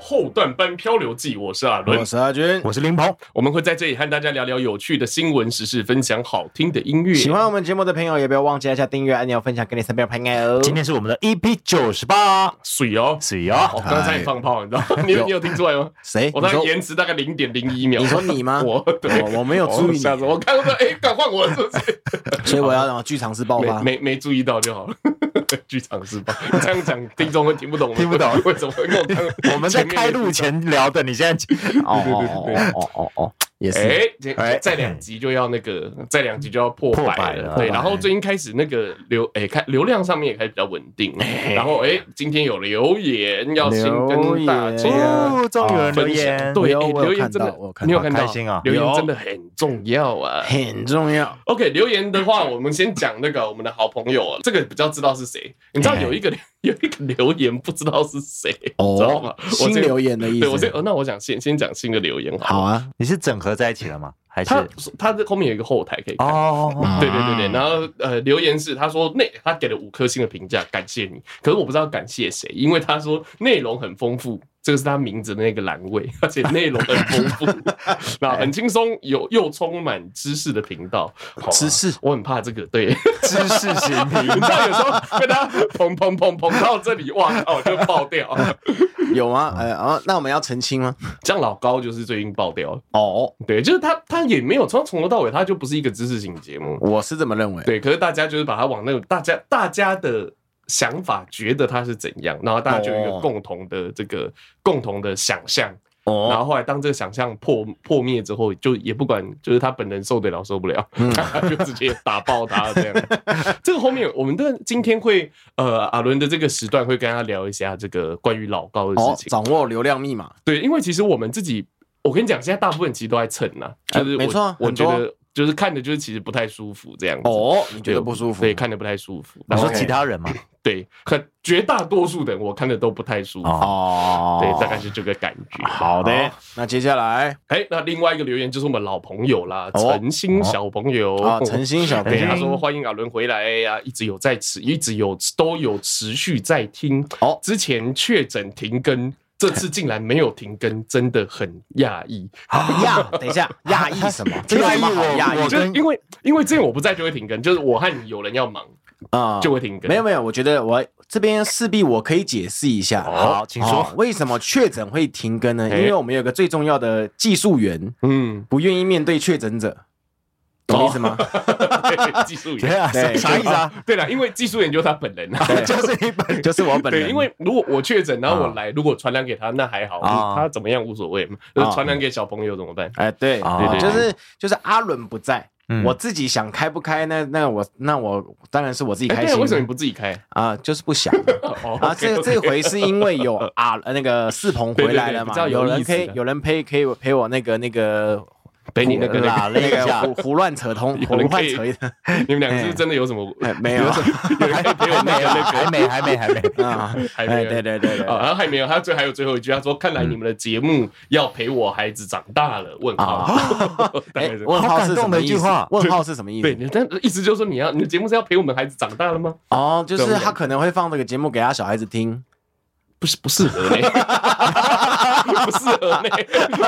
后段班漂流记》，我是阿伦我，是阿军。我是林鹏，哎我们会在这里和大家聊聊有趣的新闻时事，分享好听的音乐。喜欢我们节目的朋友，也不要忘记按下订阅按钮，分享给你身边的朋友。今天是我们的 EP 九十八，水哦，水哦哦，刚才你放炮，你知道？你有你有听出来吗？谁？我啊大你概说延迟大概零点零一秒。你说你吗 我对，我我没有注意你吓死我！我看到说，哎，敢换我了是不 是？所以我要让剧场式爆没发。没没注意到就好了。 剧场是吧？你这样讲，听众会听不懂我们，听不懂 为 什么会跟我刚刚我们在前面开录的前聊的，你现在 哦对对对对哦哦哦哦哦，也是。哎，这哎再两集就要那个，再两集就要破破百百了。了对，破百然后最近开始那个流，哎，开流量上面也开始比较稳定。然后哎，今天有留言要先跟大留言家。哦，终于有人留分言享，对，有哎我有留言看真到的我有，看你有到看到？好开心啊留言有真的很重要啊。很重要， OK，留言的话，我们先讲那个我们的好朋友哦，这个比较知道是谁。你知道哎有一个有一个留言不知道是谁，哦知道吗？我新这留言的意对我先，思。哦那我想先先讲新的留言好了。好啊，你是整合在一起了吗？还是他他这后面有一个后台可以看。哦，啊对对对对，然后呃，留言是他说内他给了五颗星的评价，感谢你。可是我不知道感谢谁，因为他说内容很丰富，这个是他名字的那个栏位， 而且内容很丰 富，那很轻松，有又充满知识的频道。好啊 知识我很怕这个， 对，知识型你知道有时候 跟他砰砰砰砰到这里，哇靠，就爆 掉。有吗？呃，啊，那我们要澄清吗？像老高就是最近爆掉，哦，对，就是他他也没有从从头到尾，他就不是一个知识型节目。我是这么认为。对，可是大家就是把它往那个大家大家的想法觉得它是怎样，然后大家就有一个哦共同的这个共同的想象，然哦，后后来当这个想象破破灭之后，就也不管就是他本人受得了受不了，嗯 他就直接打爆他 这样。这个后面我们的今天会呃阿伦的这个时段会跟他聊一下这个关于老高的事哦，情，掌握流量密码。对，因为其实我们自己，我跟你讲，现在大部分其实都在蹭呐、哎就是我、没错啊我很觉多啊得就是看着就是其实不太舒服这样子。哦，你觉对得不舒服？对，看着不太舒服。你然后说其他人嘛？对，很绝大多数的人我看着都不太舒服。哦，哦，对，大概哦是这个感觉。好的。那接下来哎，那另外一个留言就是我们老朋友啦，哦陈星小朋友啊，陈。星小对，编他陈星说欢迎阿伦回来呀、一直有在持，一直有都有持续在听。哦之前确诊停更，这次竟然没有停更，真的很讶 异。亚，等 一下，亚裔什么？这有亚什裔么好我亚我裔就是跟因为因为之前我不在就会停更，就是我和你有人要忙啊？就会停更。没有没有，我觉得我这边势必我可以解释一下。好，请说哦。为什么确诊会停更呢？因哎为我们有个最重要的技术员嗯， 不愿意面对确诊者，懂意思哦吗？对技术对员。啊， 对啥意思啊？ 对了，因为技术研究他本人啊。就是你本就是我本对，人，啊因为如果我确诊，然后我来，如果传染给他，那还好，啊他怎么样无所谓嘛。啊那传染给小朋友怎么办？哎对啊哦对对就是就是阿伦不在嗯。我自己想开不开那那我那我当然是我自己哎开对啊心为什么你不自己 开？啊，就是 不想哦啊。这 OK，OK 这 回是因为有啊呃那个世鹏回来了嘛，对对对比较有有意人思的陪有人陪可以陪我那个那个陪你那个那拉了一那个下胡，胡乱扯通有胡人可乱以扯 一通，个，你们俩是不是真的有什么？哎没有什么 有人可以陪我还没那个啊，还那没，还没，还没。 个啊，还没哎有对对对对啊，然后还没有，他最还有最后一句，他说：“看来你们的节目要陪我孩子长大了。”问号， 大概哎是，问好号感是什动的么一意句思话？问号是什么意对，思？你但意思就是说，你要你的节目是要陪我们孩子长大了吗？哦，就对是不对他可能会放这个节目给他小孩子听。不是不适合嘞，不适合嘞，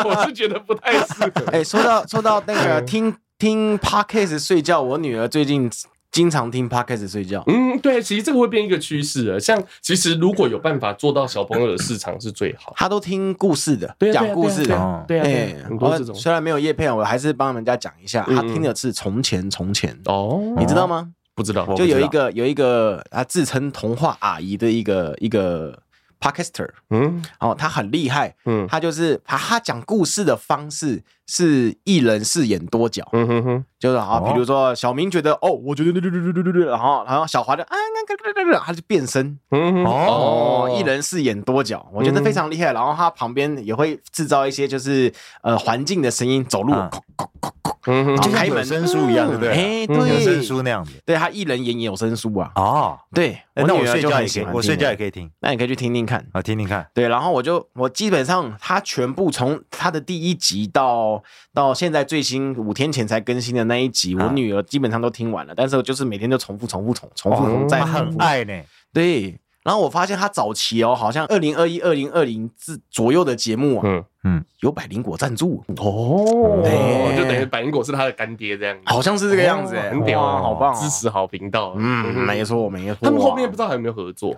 我是觉得不太适合。哎，说到说到那个听听 podcast 睡觉，我女儿最近经常听 podcast 睡觉。嗯，对，其实这个会变一个趋势了。像其实如果有办法做到小朋友的市场是最好。她都听故事的对，啊讲故事对的。哎啊，对啊，对啊对啊很多这种我虽然没有叶片，我还是帮人家讲一下。嗯她听的是《从前从前》，哦，你知道吗？不知道？我不就知有一道个有一个她自称童话阿姨的一个一个 podcaster，嗯哦，她很厉害，嗯她就是她她讲故事的方式是一人饰演多角。嗯哼哼，就是啊，哦比如说小明觉得哦，我觉得对对对对对对对，然后然后小华就啊，那个对对对，他就变身嗯哼哦哦，一人饰演多角，我觉得非常厉害。然后他旁边也会制造一些就是呃环境的声音，走路嗯哐嗯哼然后就像开门有声书一样对不对哎，嗯有声对，书那样子。对他一人演有声书啊，哦，对，哎那我女儿睡就觉很也喜可以，欢我睡听觉的也可以听那你可以去听听看。啊，听听看。对，然后我就我基本上他全部从他的第一集到到现在最新五天前才更新的那一集，我啊女儿基本上都听完了，但是我就是每天就重复重复重重复重哦复再他重很复。爱呢，对，然后我发现他早期哦，好像二零二一、二零二零至左右的节目啊，嗯，有百灵果赞助，哦哎就等于百灵果是他的干爹这样子，好像是这个样子、哦哎很屌哇好棒、支。持好频道，嗯，没错，没错。他们后面不知道还有没有合作？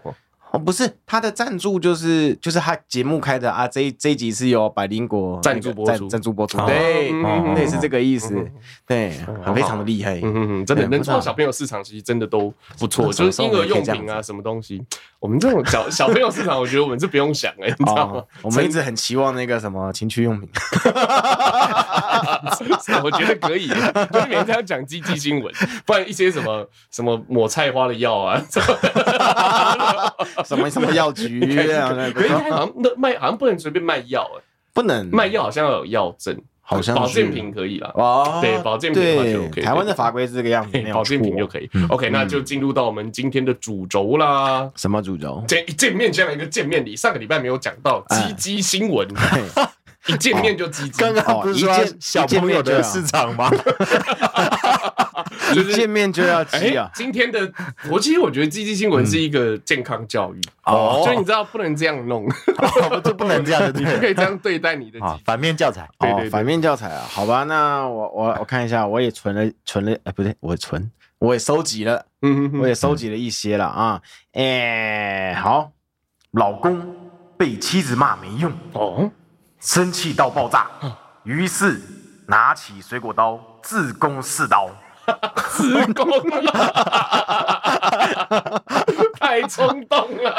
哦，不是他的赞助就是就是他节目开的啊，这一这一集是由百灵果赞助播出那个赞赞助播出，哦对，嗯类似这个意思嗯，对嗯好，非常的厉害。嗯嗯嗯，真的能对不知做道小朋友市场，其实真的都不错，那什就是么时婴候儿我用们可以品啊，什么东西，我们这种小小朋友市场，我觉得我们是不用想哎，你知道吗哦，？我们一直很期望那个什么情趣 用品，哦我觉得可以，啊就是每天要讲经济新闻，不然一些什么什么抹菜花的药啊，什么 什么什么药局啊，那 哎可是个好像那卖好像不能随便卖药哎，不能卖药好像要有药证，嗯好像是保健品可以啦，哦，对保健品的话就对 OK，，台湾的法规是这个样子，没有保健品错哦就可以嗯。 OK，那就进入到我们今天的主轴啦。什么主轴？见一见面这样的一个见面礼，上个礼拜没有讲到哎鸡鸡新 闻， 一见面就鸡鸡，哦刚刚不是说一见小朋友的市场 吗？就一见是。面就要哎鸡啊，！今天的我其实我觉得鸡鸡新闻是一个健康教育，嗯哦所以你知道不能这样弄，这哦不能这样的， 你不可对以这样对待你的啊鸡，。反面教材。哎对对哦对，反面教材啊，好吧，那我我我看一下，我也存了存了，哎，不对，我存，我也收集了，嗯哼我哼，也收集了一些了啊，哎，好，老公被妻子骂没用，哦，生气到爆炸，嗯于是拿起水果刀自宫四刀，子宫 了，太冲动 了。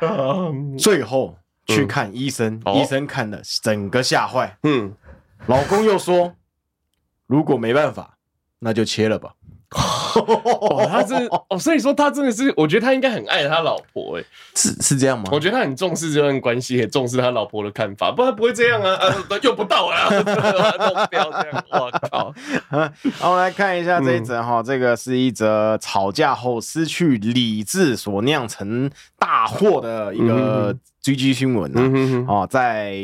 哦嗯最后去看医生，哦医生看了整个吓坏，嗯，老公又说，如果没办法，那就切了吧。哦，他是哦，所以说他真的是，我觉得他应该很爱他老婆哎，是是这样吗我觉得他很重视这段关系，也重视他老婆的看法，不然不会这样啊，啊用不到啊， 弄掉这样，我靠， 好，我们来看一下这一则嗯哈，这个是一则吵架后失去理智所酿成大祸的一个追击新闻啊。嗯嗯哼，哦，在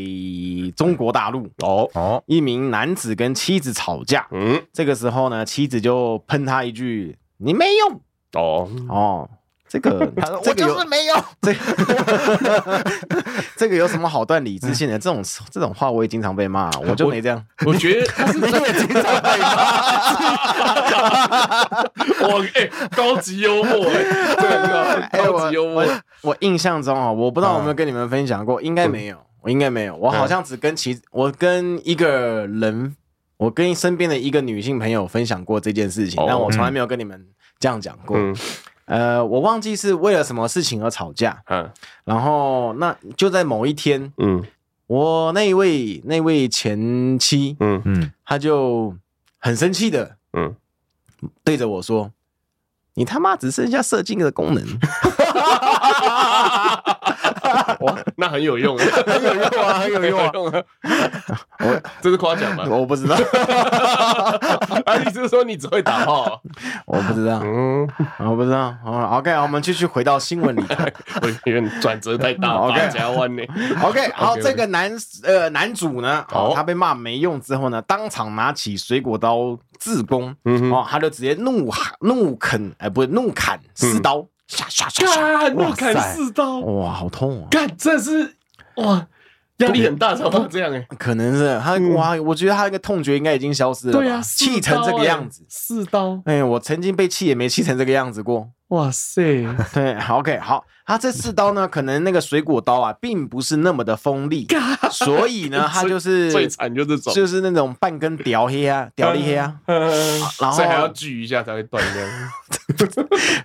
中国大陆哦，哦，一名男子跟妻子吵架，嗯，这个时候呢，妻子就喷他一句：“你没用哦，哦。”这 个，这个有没有。这 个这个有什么好断理智性的？这种这种话我也经常被 骂，我就没这样。我觉得他是 我哎、高级幽默、哎，对啊，哎高级幽默，我我印象中啊，我不知道有没有跟你们分享过，应该没有，我应该没有。我好像只跟其我跟一个人，我跟身边的一个女性朋友分享过这件事情哦，但我从来没有跟你们这样讲过。嗯呃，我忘记是为了什么事情而吵架，嗯然后那就在某一天，嗯我那一位那位前妻， 嗯嗯，她就很生气的嗯，对着我说：“你他妈只剩下射精的功能。” 哇，那很有用，很有用啊很有用啊啊，这是夸奖吧？我 不知道，啊，你是说你只会打炮啊？我不知道，嗯，我不知道。好，OK，好我们继续回到新 闻里头。我有点转折太大， OK 八加弯呢。 OK，好 OK，OK 这个男呃男主呢，好哦，他被骂没用之后呢，当场拿起水果刀自宫，嗯哼嗯哦，他就直接怒喊怒啃，哎，不是怒砍四刀，唰唰唰唰，干，诺哇砍塞四刀，哇，好痛啊！干，这是哇，压力很大才会这样哎、欸。可能是他嗯哇，我觉得他那个痛觉应该已经消失了吧，对啊，四刀气成这个欸样子。四欸刀，哎，我曾经被气也没气成这个样子过。 哇塞，对好，OK，好，它这四刀呢，可能那个水果刀啊，并不是那么的锋 利，所以呢，它啊就是最惨就这种，就是那种半根屌黑啊，屌力 黑啊，嗯，然后所以还要锯一下才会断掉。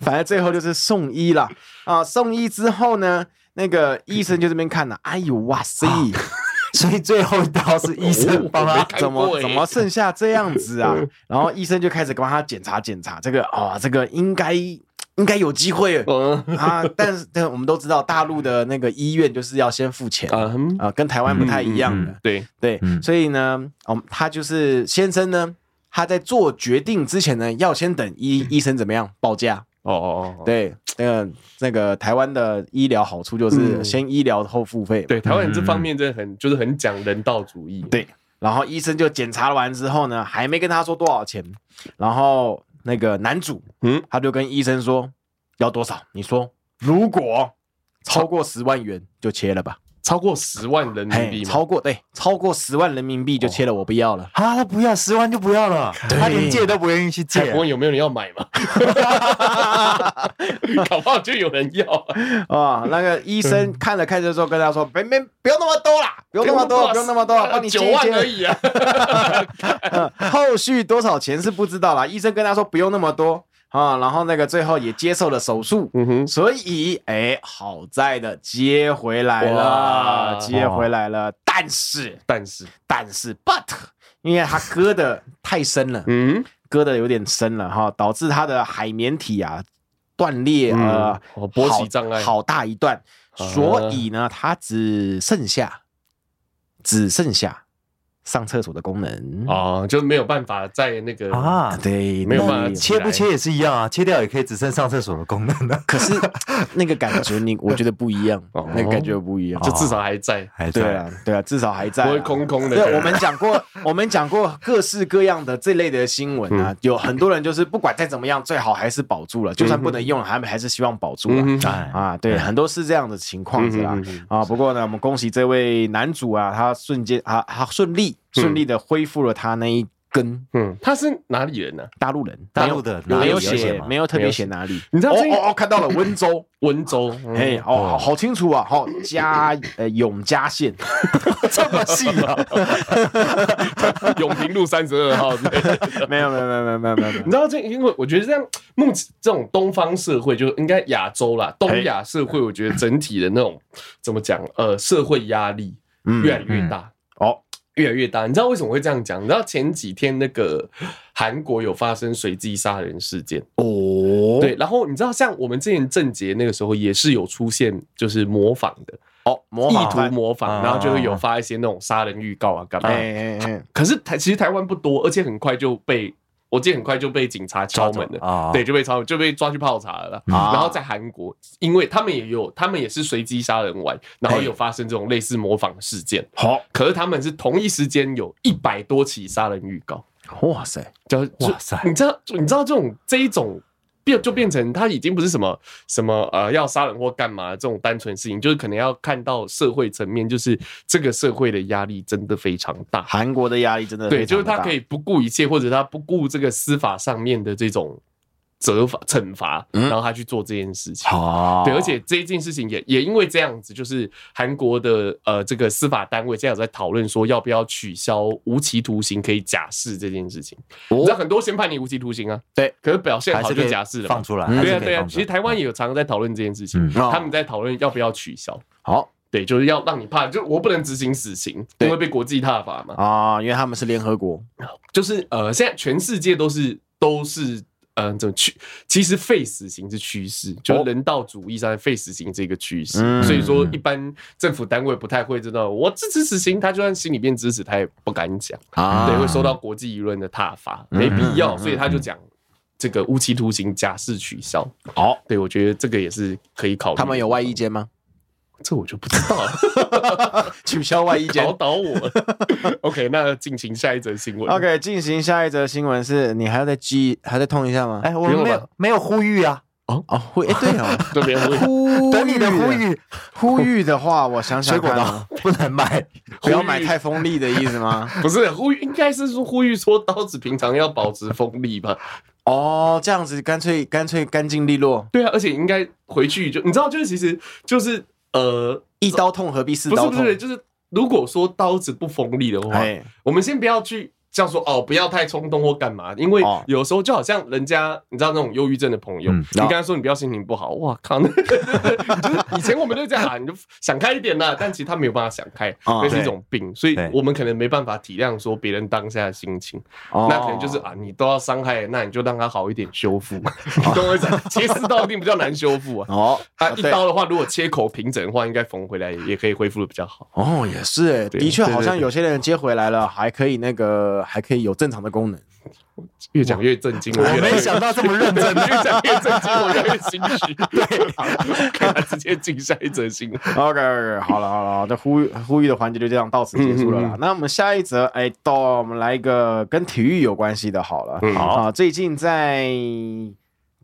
反正最后就是送医啦。啊，送医之后呢，那个医生就这边看了，哎呦哇塞， 所以最后一刀是医生帮啊我没他看过怎么欸嗯怎么剩下这样子啊？然后医生就开始帮他检查检查，这个啊、这个应该应该有机会了嗯啊，但是但我们都知道大陆的那个医院就是要先付钱。啊，嗯啊、跟台湾不太一样的，嗯嗯对，对，嗯所以呢，哦，他就是先生呢，他在做决定之前呢，要先等医医生怎么样报价。哦哦哦，对，那个那个台湾的医疗好处就是嗯先医疗后付费。对，台湾人这方面真的很就是很讲人道主义。对，然后医生就检查完之后呢，还没跟他说多少钱，然后那个男主，嗯嗯，他就跟医生说要多少，你说如果超过十万元就切了吧，超过十万人民嘿，币吗？哦超过对，超过十万人民币就切了，我不要了。 啊，他不要十万就不要了，对他连借都不愿意去再借问。有没有人要买嘛？ 搞不好就有人要啊。啊，那个医生看了看着之后跟他说：“别别，不要那么多啦，不用那么多，不用那 么多，帮你九切一万而切。已啊。嗯” 后续多少钱是不知道啦。医生跟他说不用那么多啊，然后那个最后也接受了手术。嗯哼，所以，哎，好在的接回来哇了，接回来了。但是，但是，但是，but，因为他割的太深了，嗯，割的有点深了哈，导致他的海绵体啊断裂嗯啊，哦勃起障碍啊好好大一段，所以呢，他只剩下只剩下上厕所的功能哦，就没有办法在那个啊，对，没有那办法起啊切不切也是一样啊，切掉也可以只剩上厕所的 功能了，可是那个感觉你，我觉得不一样哦，那个感觉不一样就。至少还在，还在对啊，对啊，至少还在啊、不会空空的。对，我们讲过， 我们讲过各式各样的这类的新闻嗯啊，有很多人就是不管再怎么样，最好还是保住了，就算不能用了，他们还是希望保住了。嗯哼哎啊，对，很多是这样的情况是啦嗯嗯嗯。啊，不过呢，我们恭喜这位男主啊，他瞬间啊，他顺利顺利的恢复了他那一根嗯，他是哪里人呢？啊大陆人，大陆的没有没有哪里有写写，吗没有特别写哪里。你知道哦这个哦哦，看到了温州，温州，嗯嗯哎，哦，好好清楚啊，好嘉呃永嘉县， 这么细啊， 永平路三十 二号之类的。 没有没有没有没有没有没有没你知道这，因为我觉得这样，目前这种东方社会，就应该亚洲啦，东亚社会，我觉得整体的那种怎么讲，呃，社会压力有，越来嗯越大，哦，越来越大。你知道为什么会这样讲？你知道前几天那个韩国有发生随机杀人事件，哦，对，然后你知道像我们之前郑杰那个时候也是有出现，就是模仿的，哦，模意仿图犯模仿，啊然后就会有发一些那种杀人预告啊干嘛。哎哎哎，可是台其实台湾不多，而且很快就被我记得很快就被警察敲门了。啊对，，就被抄，就被抓去泡茶了啦。啊然后在韩国，因为他们也有，他们也是随机杀人完，然后有发生这种类似模仿事件。好，可是他们是同一时间有一百多起杀人预告，哇塞，就哇塞就你知道，你知道这种这一种变就变成他已经不是什么什么呃要杀人或干嘛这种单纯事情，就是可能要看到社会层面，就是这个社会的压力真的非常大。韩国的压力真的对，非就常是的大他可以不顾一切，或者他不顾这个司法上面的这种责罚惩罚，嗯然后他去做这件事情。好，对，而且这一件事情也也因为这样子，就是韩国的呃这个司法单位现在有在讨论说要不要取消无期徒刑可以假释这件事情。哦你知道很多先判你无期徒刑啊，对，可是表现还好是就可以假释了嘛放。出来，嗯还对是啊可以对啊，放出其来实台湾也有常常在讨论这件事情，嗯哦他们在讨论要不要取消。好对，就是要让你怕，就我不能执行死刑，对因为被国际踏法嘛。啊，因为他们是联合国，就是呃，现在全世界都是都是嗯、呃，怎么趋？其实废死刑是趋势，就哦人道主义上的废死刑这个趋势。嗯所以说，一般政府单位不太会知道，我支持死刑，他就算心里面支持，他也不敢讲，啊嗯对，会受到国际舆论的挞伐，嗯没必要，嗯嗯所以他就讲。这个无期徒刑假释取消，好，对我觉得这个也是可以考虑。他们有外衣，间吗？ 这我就不知道了，取消外 衣搞间。倒我了。OK，那进行下一则新闻。 OK，进行下一则新闻是，你还要再记，还要再痛一下吗？哎，我们不用没了有没有呼吁啊，哦，会，哎， 对哦，这边会呼等你的呼吁，吁，呼吁的话，我想水想果看刀啊，不能卖，不要呼吁买太锋利的意思吗？不是呼吁，应该是说呼吁说刀子平常要保持锋利吧？哦，这样子干脆干脆干净利落，对啊，而且应该回去就你知道，就是其实就是呃，一刀痛何必四不是刀不痛是，？就是如果说刀子不锋利的话，哎，我们先不要去叫说哦，不要太冲动或干嘛，因为哦有时候就好像人家你知道那种忧郁症的朋友，嗯你跟他说你不要心情不好，哇靠，那就是以前我们就这样啊，你就想开一点啦，但其实他没有办法想开，哦那是一种病，所以对我们可能没办法体谅说别人当下的心情。哦那可能就是啊，你都要伤害，那你就让它好一点修复，你懂我意思啊？切四刀一定比较难修复啊。哦，啊，一对刀的话，如果切口平整的话，应该缝回来也可以恢复的比较 好。哦，也是哎，对的确对对好像对有些人接回来了，还可以那个，还可以有正常的 功能。越讲越震惊，我我越来没越，想到这么认真 越讲越震惊，我越来越心虚。对，看他直接进下一则新闻。 OK OK，好哦了好了，好这呼吁呼吁的环节就这样到此结束了啦。嗯嗯那我们下一则，哎，到我们来一个啊跟体育有关系的好了。嗯啊，最近在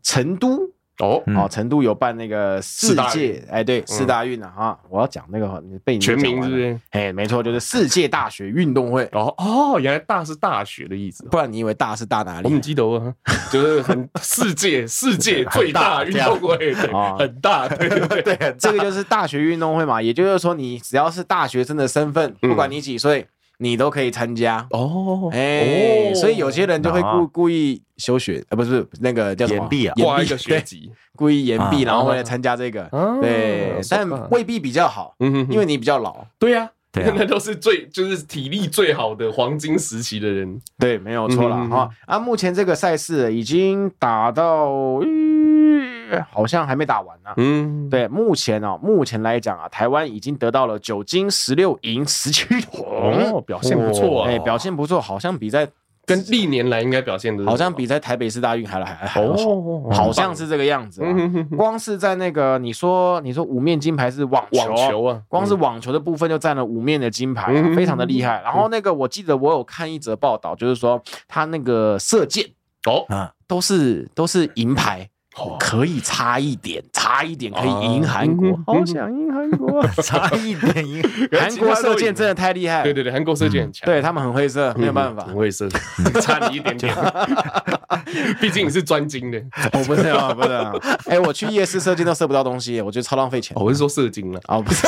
成都哦，嗯哦，成都有办那个世大嗯界，哎，对，四大运啊，哈，我要讲那个你被你全名讲是完不了？是？哎，没错，就是世界大学运动会。哦哦，原来大是大学的意思。不然你以为大是大哪我里们？记得啊，就是很世界世界最大运动会，对啊很大，对对对。对，很这个就是大学运动会嘛，也就是说，你只要是大学生的身份，嗯不管你几岁，你都可以参加。哦，哎，所以有些人就会故啊故意休学，呃，不是那个叫什么延毕啊挂一个对学籍，故意延毕，啊然后为了参加这个啊，对是，但吧未必比较好，嗯哼哼，因为你比较老。对呀、对啊那都是最就是体力最好的黄金时期的人。对，没有错了嗯哈。啊，目前这个赛事已经打到，呃好像还没打完呢。嗯，对，目前哦，目前来讲啊，台湾已经得到了九金、十六银、十七铜，哦，表现不错啊，哎，表现不错，好像比在跟历年来应该表现的好像比在台北市大运还来还还要好，啊哦，好像是这个样子啊。嗯哼哼光是在那个你说你说五面金牌是网球网球啊，光是网球的部分就占了五面的金牌啊、嗯非常的厉害。然后那个我记得我有看一则报道，就是说他那个射箭哦啊，都是都是银牌哦。可以差一点，差一点可以赢啊韩国，嗯哼好想赢韩国。差一点赢，韩国射箭真的太厉害了，对对对，韩国射箭很强，嗯对他们很会射，没有办法嗯。我也 是，差你一点点，毕竟你是专精的。我不是啊，不是啊。 哎，我去夜市射箭都射不到东西，我觉得超浪费钱，哦。我是说射精了 哦，不是，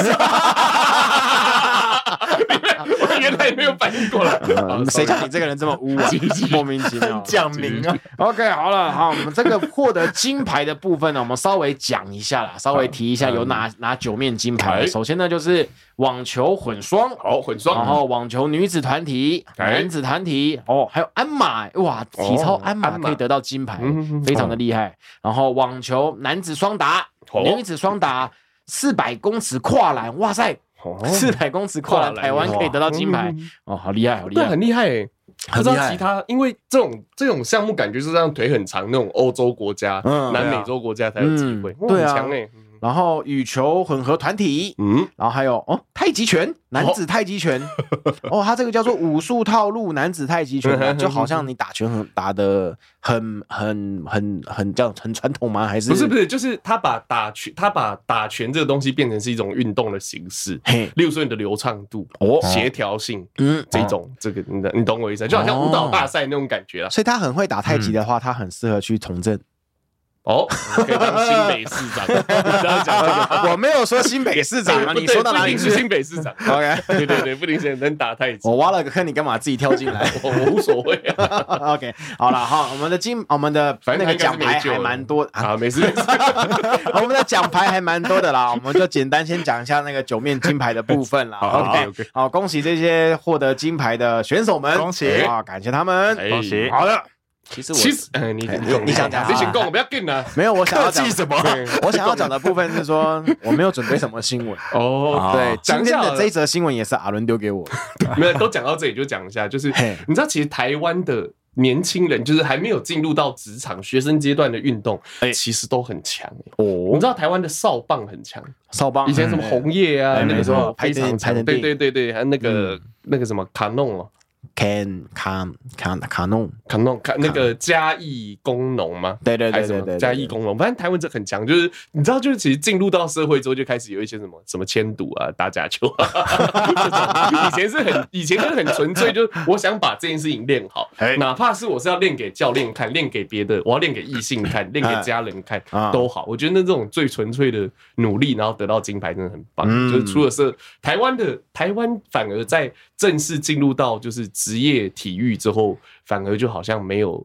我原来没有反应过来。好嗯谁 sorry 叫你这个人这么 污啊？莫名其妙。讲明啊， OK，好了，好，我们这个获得金牌的部分呢，我们稍微讲一下啦，稍微提一下有哪哪九面金牌。哎首先呢，就是网球混双，好混然双，后网球女子团体、哦哎男子团体，哦，还有鞍马，哇，体操哦鞍马鞍马可以得到金牌嗯，非常的厉害。然后网球男子双打、哦女子双打、四百公尺跨栏，哇塞，哦四百公尺跨栏，跨栏台湾可以得到金牌嗯嗯嗯，哦，好厉害，好厉那害很。厉害欸。不很知厉害道其他，因为这种这种项目感觉就是让腿很长那种欧洲国家、嗯南美洲国家才有机会嗯，哇对啊很强哎。然后羽球混合团体，嗯，然后还有哦，太极拳，男子太极 拳，哦，他这个叫做武术套路男子太极拳 啊，就好像你打拳很打的很很很很叫很传统吗？还是不是不是，就是他把打拳，他把打拳这个东西变成是一种运动的形式，嘿，例如说你的流畅度、哦协调性嗯，这种，这个你的你懂我意思啊，就好像舞蹈大赛那种感觉啦。啊所以他很会打太极的话，他很适合去从政。哦，可以当新北市 长，你这样讲这个。我没有说新北市长啊， 不对你说到哪里不一定是去哦新北市 长？ ？OK，对对对，不林先能打太极，我挖了个坑，你干嘛自己跳进来 我我无所谓啊， ？OK，好了哈，我们的金，我们的反那正他应该是个奖牌没救了还蛮多啊，啊，没事没事。我们的奖牌还蛮多 的啦，我们就简单先讲一下那个九面金牌的部分啦。好好 OK， OK 好，恭喜这些获得金牌的选手们，恭喜啊，感谢他们。哎恭喜 好的，其实我其实，哎，你哎你想讲你先讲，不要跟啊。没有我想要 客讲气，什么？我想要讲的部分是说我没有准备什么新 闻。哦，啊对，今讲一天下好的了这一则新闻也是阿伦丢给我 的。没有，都讲到这里就讲一下，就是嘿你知道，其实台湾的年轻人就是还没有进入到职场学生阶段的运动，其实都很强欸。你哎哦，知道台湾的扫棒很强，少棒以前什么红叶啊，哎那没个什么错拍场拍场，成对电对对对，还有那嗯个那个什么卡弄哦， can 卡卡卡弄，卡弄卡那个嘉义工农吗？对对还对是对什对，么对嘉义。工农，反正台湾这很强，就是你知道，就是其实进入到社会之后，就开始有一些什么什么牵赌啊、打假球啊这种。以前是很，以前就是很纯粹，就是我想把这件事情练好哎，哪怕是我是要练给教练看，练给别的，我要练给异性看，练给家人看啊都好。我觉得那这种最纯粹的努力，然后得到金牌，真的很棒。嗯就是除了是台湾的台湾，反而在正式进入到就是职业体育之后，反而就好像没有。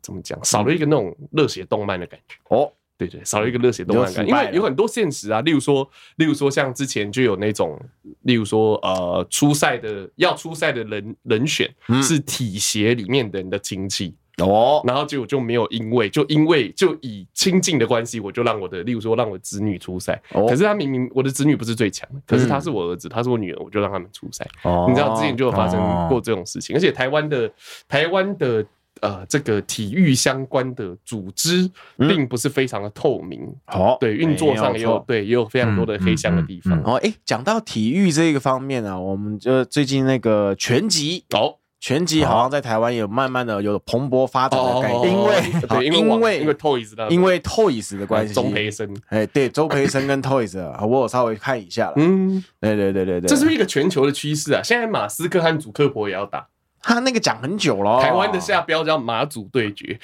怎么讲，嗯少了一个那种热血动漫的感觉。哦，对对，少了一个热血动漫的感觉，因有腐败为了有很多现实啊，例如说，例如说像之前就有那种，例如说呃，初赛的要初赛的人人选嗯是体协里面的人的亲戚，哦，然后结果就没有因为就因为就以亲近的关系，我就让我的，例如说让我子女出赛，哦可是他明明我的子女不是最强的，可是他嗯是我儿子，他是我女儿，我就让他们出赛。哦你知道之前就有发生过这种事情，而且台湾的台湾的呃这个体育相关的组织嗯并不是非常的透明，好，对运作上哦没也错有对也有非常多的黑箱的地方嗯嗯。哦，哎，讲到体育这个方面啊，我们就最近那个拳击，哦，拳击好像在台湾有慢慢的有蓬勃发展的概念，因为哦对，因为因网为因为 Toys 的因为 Toys 的关系，钟培生，哎，对，周培生跟 Toys，啊 我有稍微看一下了。嗯，对对对对对，这是不是一个全球的趋势啊？现在马斯克和祖克伯也要打，他那个讲很久了，台湾的下标叫马祖对 决，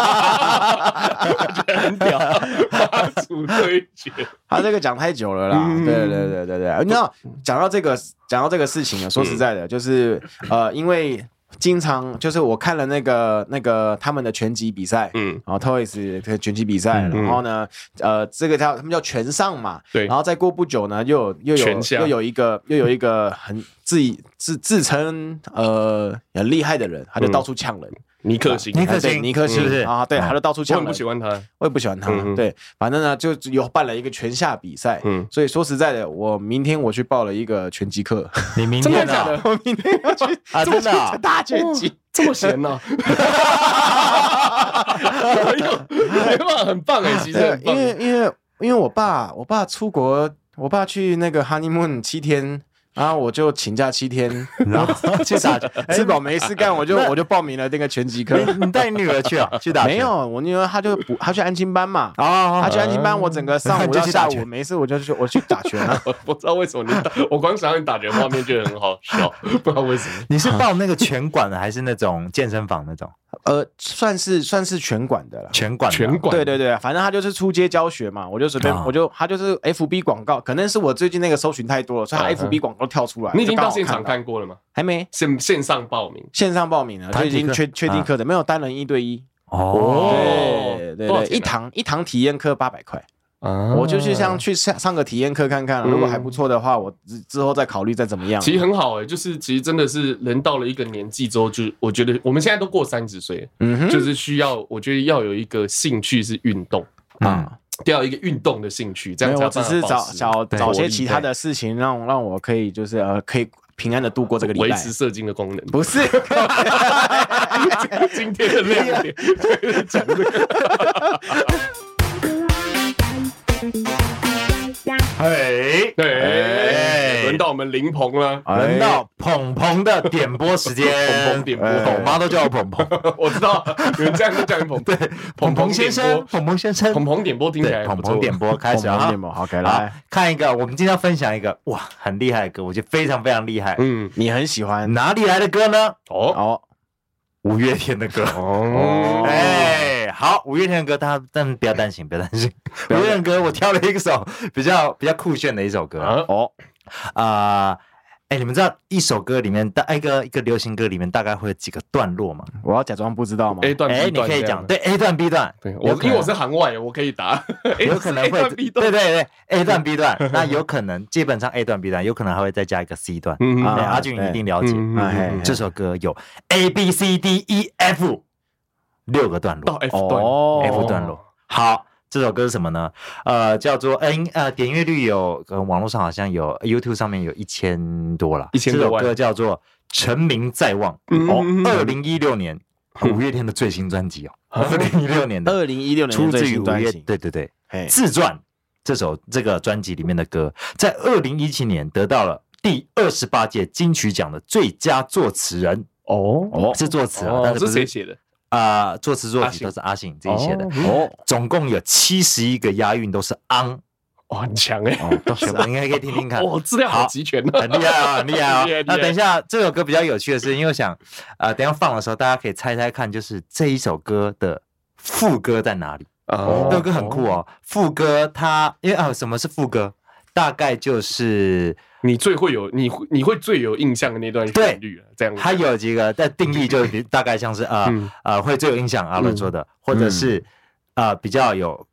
我觉得很屌，马祖对决，他这个讲太久了啦，嗯对对对对对。你知道，讲到这个，讲到这个事嗯情啊，说实在的，就是呃，因为经常就是我看了那个那个他们的拳击比赛， 嗯，然后 Toys 这个拳击比赛，嗯嗯然后呢，呃，这个叫他们叫拳上嘛，对然后再过不久呢，又有又有拳下又有一个又有一个很自己自自称呃很厉害的人，他就嗯到处呛人，尼克星，尼克对星尼克是不星是啊，对，他就到处我呛很不人喜，欢他，我也不喜欢他，嗯嗯对，反正呢就有办了一个拳下比赛，嗯，所以说实在的，我明天我去报了一个拳击课，你明真的天假啊的？ 我明天要去啊真的啊去打拳 击。这么闲哦呢、没有，没办法，很棒哎、其实 对很，棒 因。为因为因为我爸，我爸出国，我爸去那个 honeymoon 七天，然后我就请假七天， 然后去 打，吃饱没事干，我就我就报名了那个拳击课。你你带你女儿去啊？去打没有，我女儿她就补，她去安亲班嘛，啊她去安亲班，我整个上午到下就去打午拳没事，我就去我去打拳 啊。我不知道为什么你打，我光想到你打拳画面觉得很好笑，不知道为什么。你是报那个拳馆的，还是那种健身房那种呃，算是算是拳馆的了。拳馆的？拳馆对对对，反正他就是出街教学嘛，我就随便，啊我就他就是 F B 广告，可能是我最近那个搜寻太多了，所以他嗯 F B 广告跳出来，你已经就刚到好现场看到，看过了吗？还没线线上报名线上报名了，团就体已经课确确定啊课程，没有单人一对一。哦对对多少对，钱啊一堂一堂体验课八百块，啊我就是像去上上个体验课看看，如果嗯还不错的话，我之之后再考虑再怎么样。其实很好哎、就是其实真的是人到了一个年纪之后，就我觉得我们现在都过三十岁了，嗯哼，就是需要我觉得要有一个兴趣是运动，啊，要有一个运动的兴趣，这嗯没样有，才有我办法只是保找持找对找活些力其他的事情，让让我可以就是呃可以平安的度过这个礼维拜。持射精的功能。不是， 今天的亮点讲这个。嘿，对，哎轮到我们林鹏了。，哎轮到鹏鹏的点播时间鹏鹏点播哎我妈都叫我鹏鹏。 我知道你们这样就叫林鹏， 对，鹏鹏鹏鹏点先生，播，鹏鹏先生，鹏鹏点播听起来对，不鹏错鹏点播开始 捧捧啊面。膜，好，给好哎来，，看一个，我们今天要分享一个哇，很厉害的歌，我觉得非常非常厉害。嗯，你很喜欢哪里来的歌呢？哦哦，五月天的歌。哦哎，好，五月天的歌，大家但不要担心，不要担 心。五月天的歌，我挑了一首 比较比较酷炫的一首歌啊哦，啊。哎，你们知道一首歌里面大一个一个流行歌里面大概会有几个段落吗？我要假装不知道吗？ ，A 段哎， B 你段可以这样讲，对 A 段 B 段，对我有可能因为我是行外，我可以 答，哎有可能是 A 会段 B 对段，对对 A 段 B 段，那有可能基本上 A 段 B 段，有可能还会再加一个 C 段。嗯对，啊阿俊你一定了解，嗯哎嗯这首歌有 A B C D E F 六个段到落 F 段哦 F 段落。好，这首歌是什么呢？呃，叫做 N 呃，点阅率有，呃，网络上好像有 YouTube 上面有一千多了。 1000多这首万歌叫做《成名在望》，嗯嗯嗯哦，二零一六年五月天的最新专辑哦，啊二零一六年的，二零一六年出的自最于新五专月，辑，对对对，嘿，自传这首这个专辑里面的歌，在二零一七年得到了第二十八届金曲奖的最佳作词人，哦哦是作词啊，哦但，是是不谁是写的？啊、作词作阿曲信都是阿信自己写的。哦总共有七十一个押韵都是昂，哇，很强哎，哦，都 全部应该可以听听看。哇，资料好集全啊，很厉害啊，很厉害啊哦厉害厉害！那等一下，这首歌比较有趣的是，因为我想，呃，等一下放的时候，大家可以猜猜看，就是这一首歌的副歌在哪里？ 哦这首歌很酷。哦，副歌它因为啊，什么是副歌？大概就是你最会有，你会你会最有印象的那段旋律了，这样子它有几个在定义，就是比大概像是呃嗯呃会最有印象阿伦说的，或者是呃比较有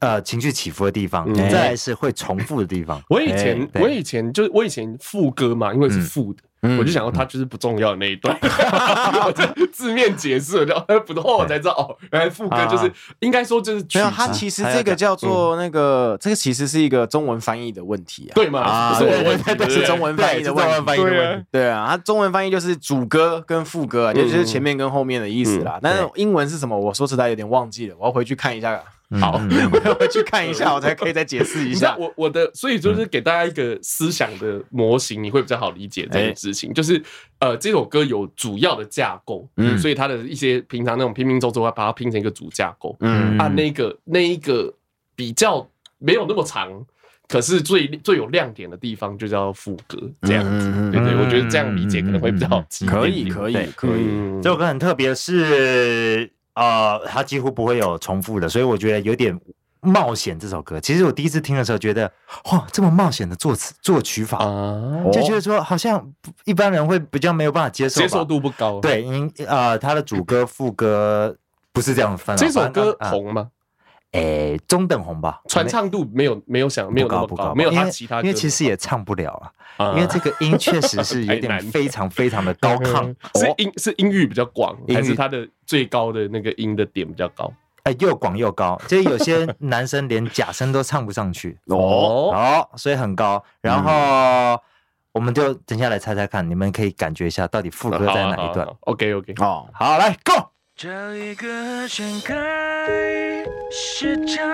呃情绪起伏的地方，嗯再来是会重复的地方。 我以前，哎对我以前就是我以前副歌嘛，因为是副的，嗯我就想到它就是不重要的那一段，嗯 我就字面解释，我就呃不后我才知道哦，原来副歌就是啊应该说就是曲没有，子，它其实这个叫做那个，这个其实是一个中文翻译的问题啊。对嘛，不是我的问题，对对对不对对是中文翻译的问题对是中文翻译的问题。对啊，它中文翻译就是主歌跟副嗯歌啊，也就是前面跟后面的意思啦。但是英文是什么？我说实在有点忘记了，我要回去看一下 好 嗯嗯我要回去看一下，我才可以再解释一你知道下。我我的，所以就是给大家一个思想的模型，你会比较好理解这件事哎情。就是呃，这首歌有主要的架构，嗯所以它的一些平常那种拼拼凑凑，它把它拼成一个主架构。嗯嗯啊，那个那一个比较没有那么长，可是最最有亮点的地方就叫副歌这样子。嗯嗯嗯对对，我觉得这样理解可能会嗯比较好记一点可点。以，可对以，可以。嗯这首歌很特别，是呃，它几乎不会有重复的，所以我觉得有点冒险。这首歌，其实我第一次听的时候觉得，哇，这么冒险的作词作曲法，啊，就觉得说好像不一般人会比较没有办法接受吧。接受度不高。，对，因呃，它的主歌副歌不是这样分啊。这首歌反正它，红吗？哎，中等红吧，传唱度没有没有想没有不那高么不高吧，没有因他为其他歌因为其实也唱不了啊，啊因为这个音确 实是有太点难了，非常非常的高亢哦是音是音域比较广，嗯音域还是它的最高的那个音的点比较高？哎，又广又高，就是有些男生连假声都唱不上去哦哦，所以很高。然后我们就等一下来猜猜看，你们可以感觉一下到底副歌啊在哪一段。 ？OK OK，哦，好，来 go。找一个盛开市场，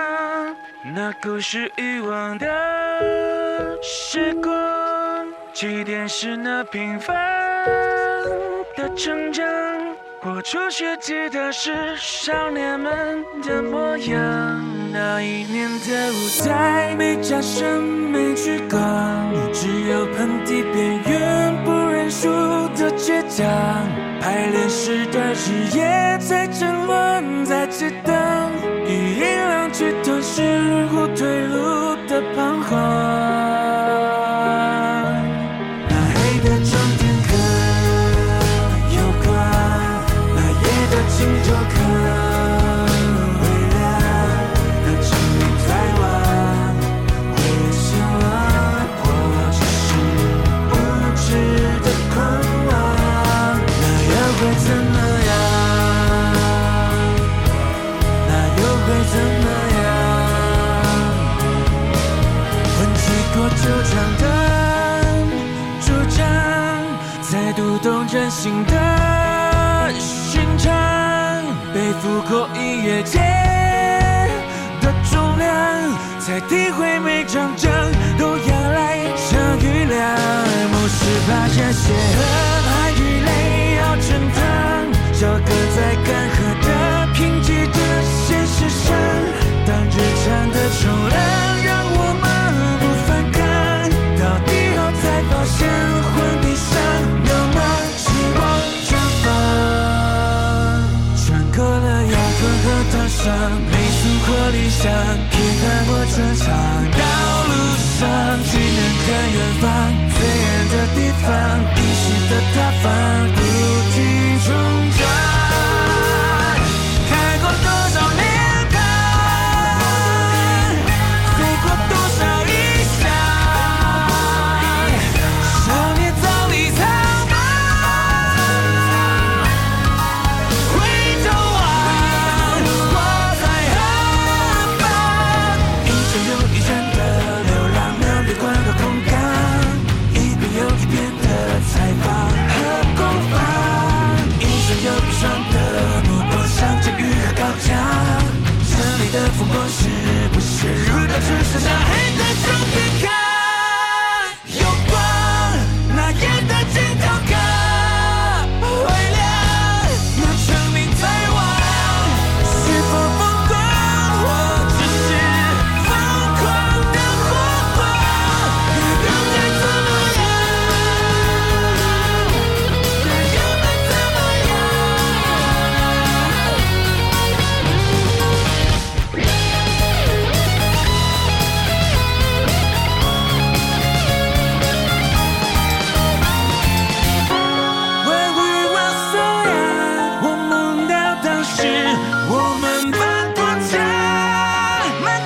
那故事遗忘的时光，起点是那平凡的成长，活出学记得是少年们的模样。那一年的舞台没掌声，没去港，只有盆地边缘不认输的倔强。排练时的日夜在沉沦，在激荡，以音量去吞噬无退路的彷徨。那黑的终点可有光，那夜的尽头可微亮，那沉迷在望，为了希望，我只是。无知的狂妄，那又会怎么样？那又会怎么样？混迹过球场的主张，才读懂人性的寻常，背负过一夜间。的重量，才体会每场仗都要来场雨量。梦是把这些恨和与泪熬成汤，交割在干涸的贫瘠的现实上。当日常的重量让我们不反抗，到底后才发现荒地上有吗？希望绽放。穿过了阳光和稻香，没束缚理想，批判我穿插道路上，只能看远方最远的地方，平息的塌方不停冲撞。看过多少年代，飞过多少异乡，少年早已苍白。回头望，我在何方？一站又一站的流浪，秒月光的空港，一遍又一遍的采访和攻防，一双又一双的目光，像监狱和高墙。这里的风光是不是如到只剩下黑的终点看有光，那夜的尽头可微亮，那生命在望，是否疯狂，或只是疯狂的火花？那又该怎么样？那又该怎么样？ Thank 啊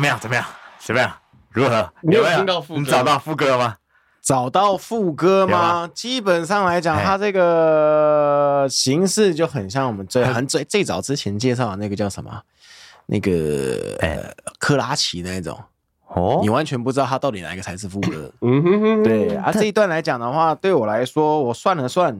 么样？怎么样？怎么样？如何？你有没听到副歌你找到副歌了吗？找到副歌有吗啊？基本上来讲，哎它这个形式就很像我们最很很最最早之前介绍的那个叫什么，那个哎呃克拉奇那一种，哦你完全不知道它到底哪一个才是副歌。嗯哼哼，对啊，这一段来讲的话，对我来说，我算了算，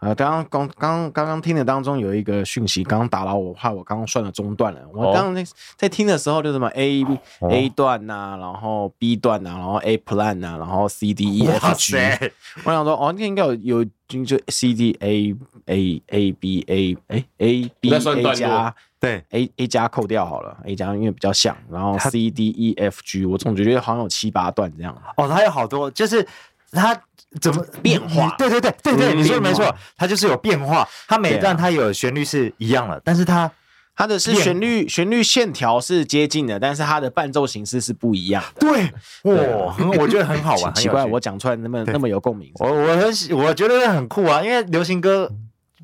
呃，刚刚刚刚刚刚听的当中有一个讯息，刚刚打扰我，怕我刚刚算了中断了。我哦刚刚在在听的时候，就什么 A、哦 A 段呐、然后 B 段呐、然后 A plan 呐、然后 C D E 哇 F G，塞，我想说，哦，那应该有有就就 C D A A A B A 哎 A 你 B 在算 A 段落加。对， A A 加扣掉好了，A 加因为比较像，然后它 C D E F G，我总觉得好像有七八段这样。哦，它有好多，就是它怎么变化你对对对对对，嗯你说的没变错化，它就是有变化。它每一段啊它有旋律是一样的，但是它它的是变旋律旋律线条是接近的，但是它的伴奏形式是不一样的。对对哇，很我觉得很好玩， 奇怪，很有我趣讲出来那么对那么有共鸣。我我很喜，我觉得很酷啊，因为流行歌，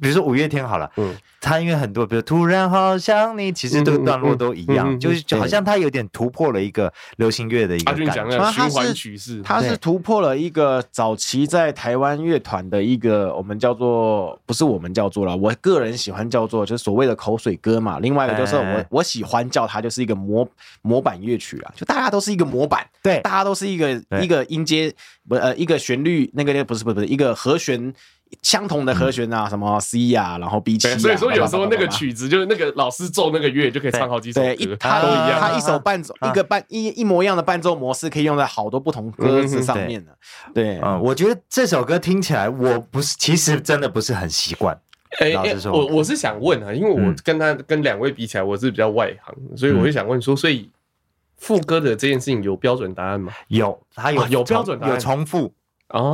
比如说五月天好了，嗯它因为很多，比如突然好想你，其实这个段落都嗯一嗯嗯嗯样，嗯就是就好像它有点突破了一个流行乐的一个阿俊感讲觉。那个那它循是环曲式，它是对突破了一个早期在台湾乐团的一个我们叫做不是我们叫做了，我个人喜欢叫做就是所谓的口水歌嘛。另外一个就是我、哎我喜欢叫它就是一个模模板乐曲啊，就大家都是一个模板，对大家都是一个对一个音阶不呃一个旋律那个那个不是不是不是一个和弦。相同的和弦啊，什么 C 啊，然后 B 七、对，啊，所以说有时候那叭叭叭叭个叭曲子就是那个老师奏那个乐就可以唱好几首对，歌一，它他都的一样。他一首伴奏，啊一个伴一一模一样的伴奏模式，可以用在好多不同歌词上面的。对，嗯，我觉得这首歌听起来，我不是，其实真的不是很习惯。哎、老哎实说我我是想问啊，因为我嗯跟他、跟两位比起来，我是比较外行，所以我就想问说，所以副歌的这件事情有标准答案吗？有，它有啊有重标准答案有重复，啊，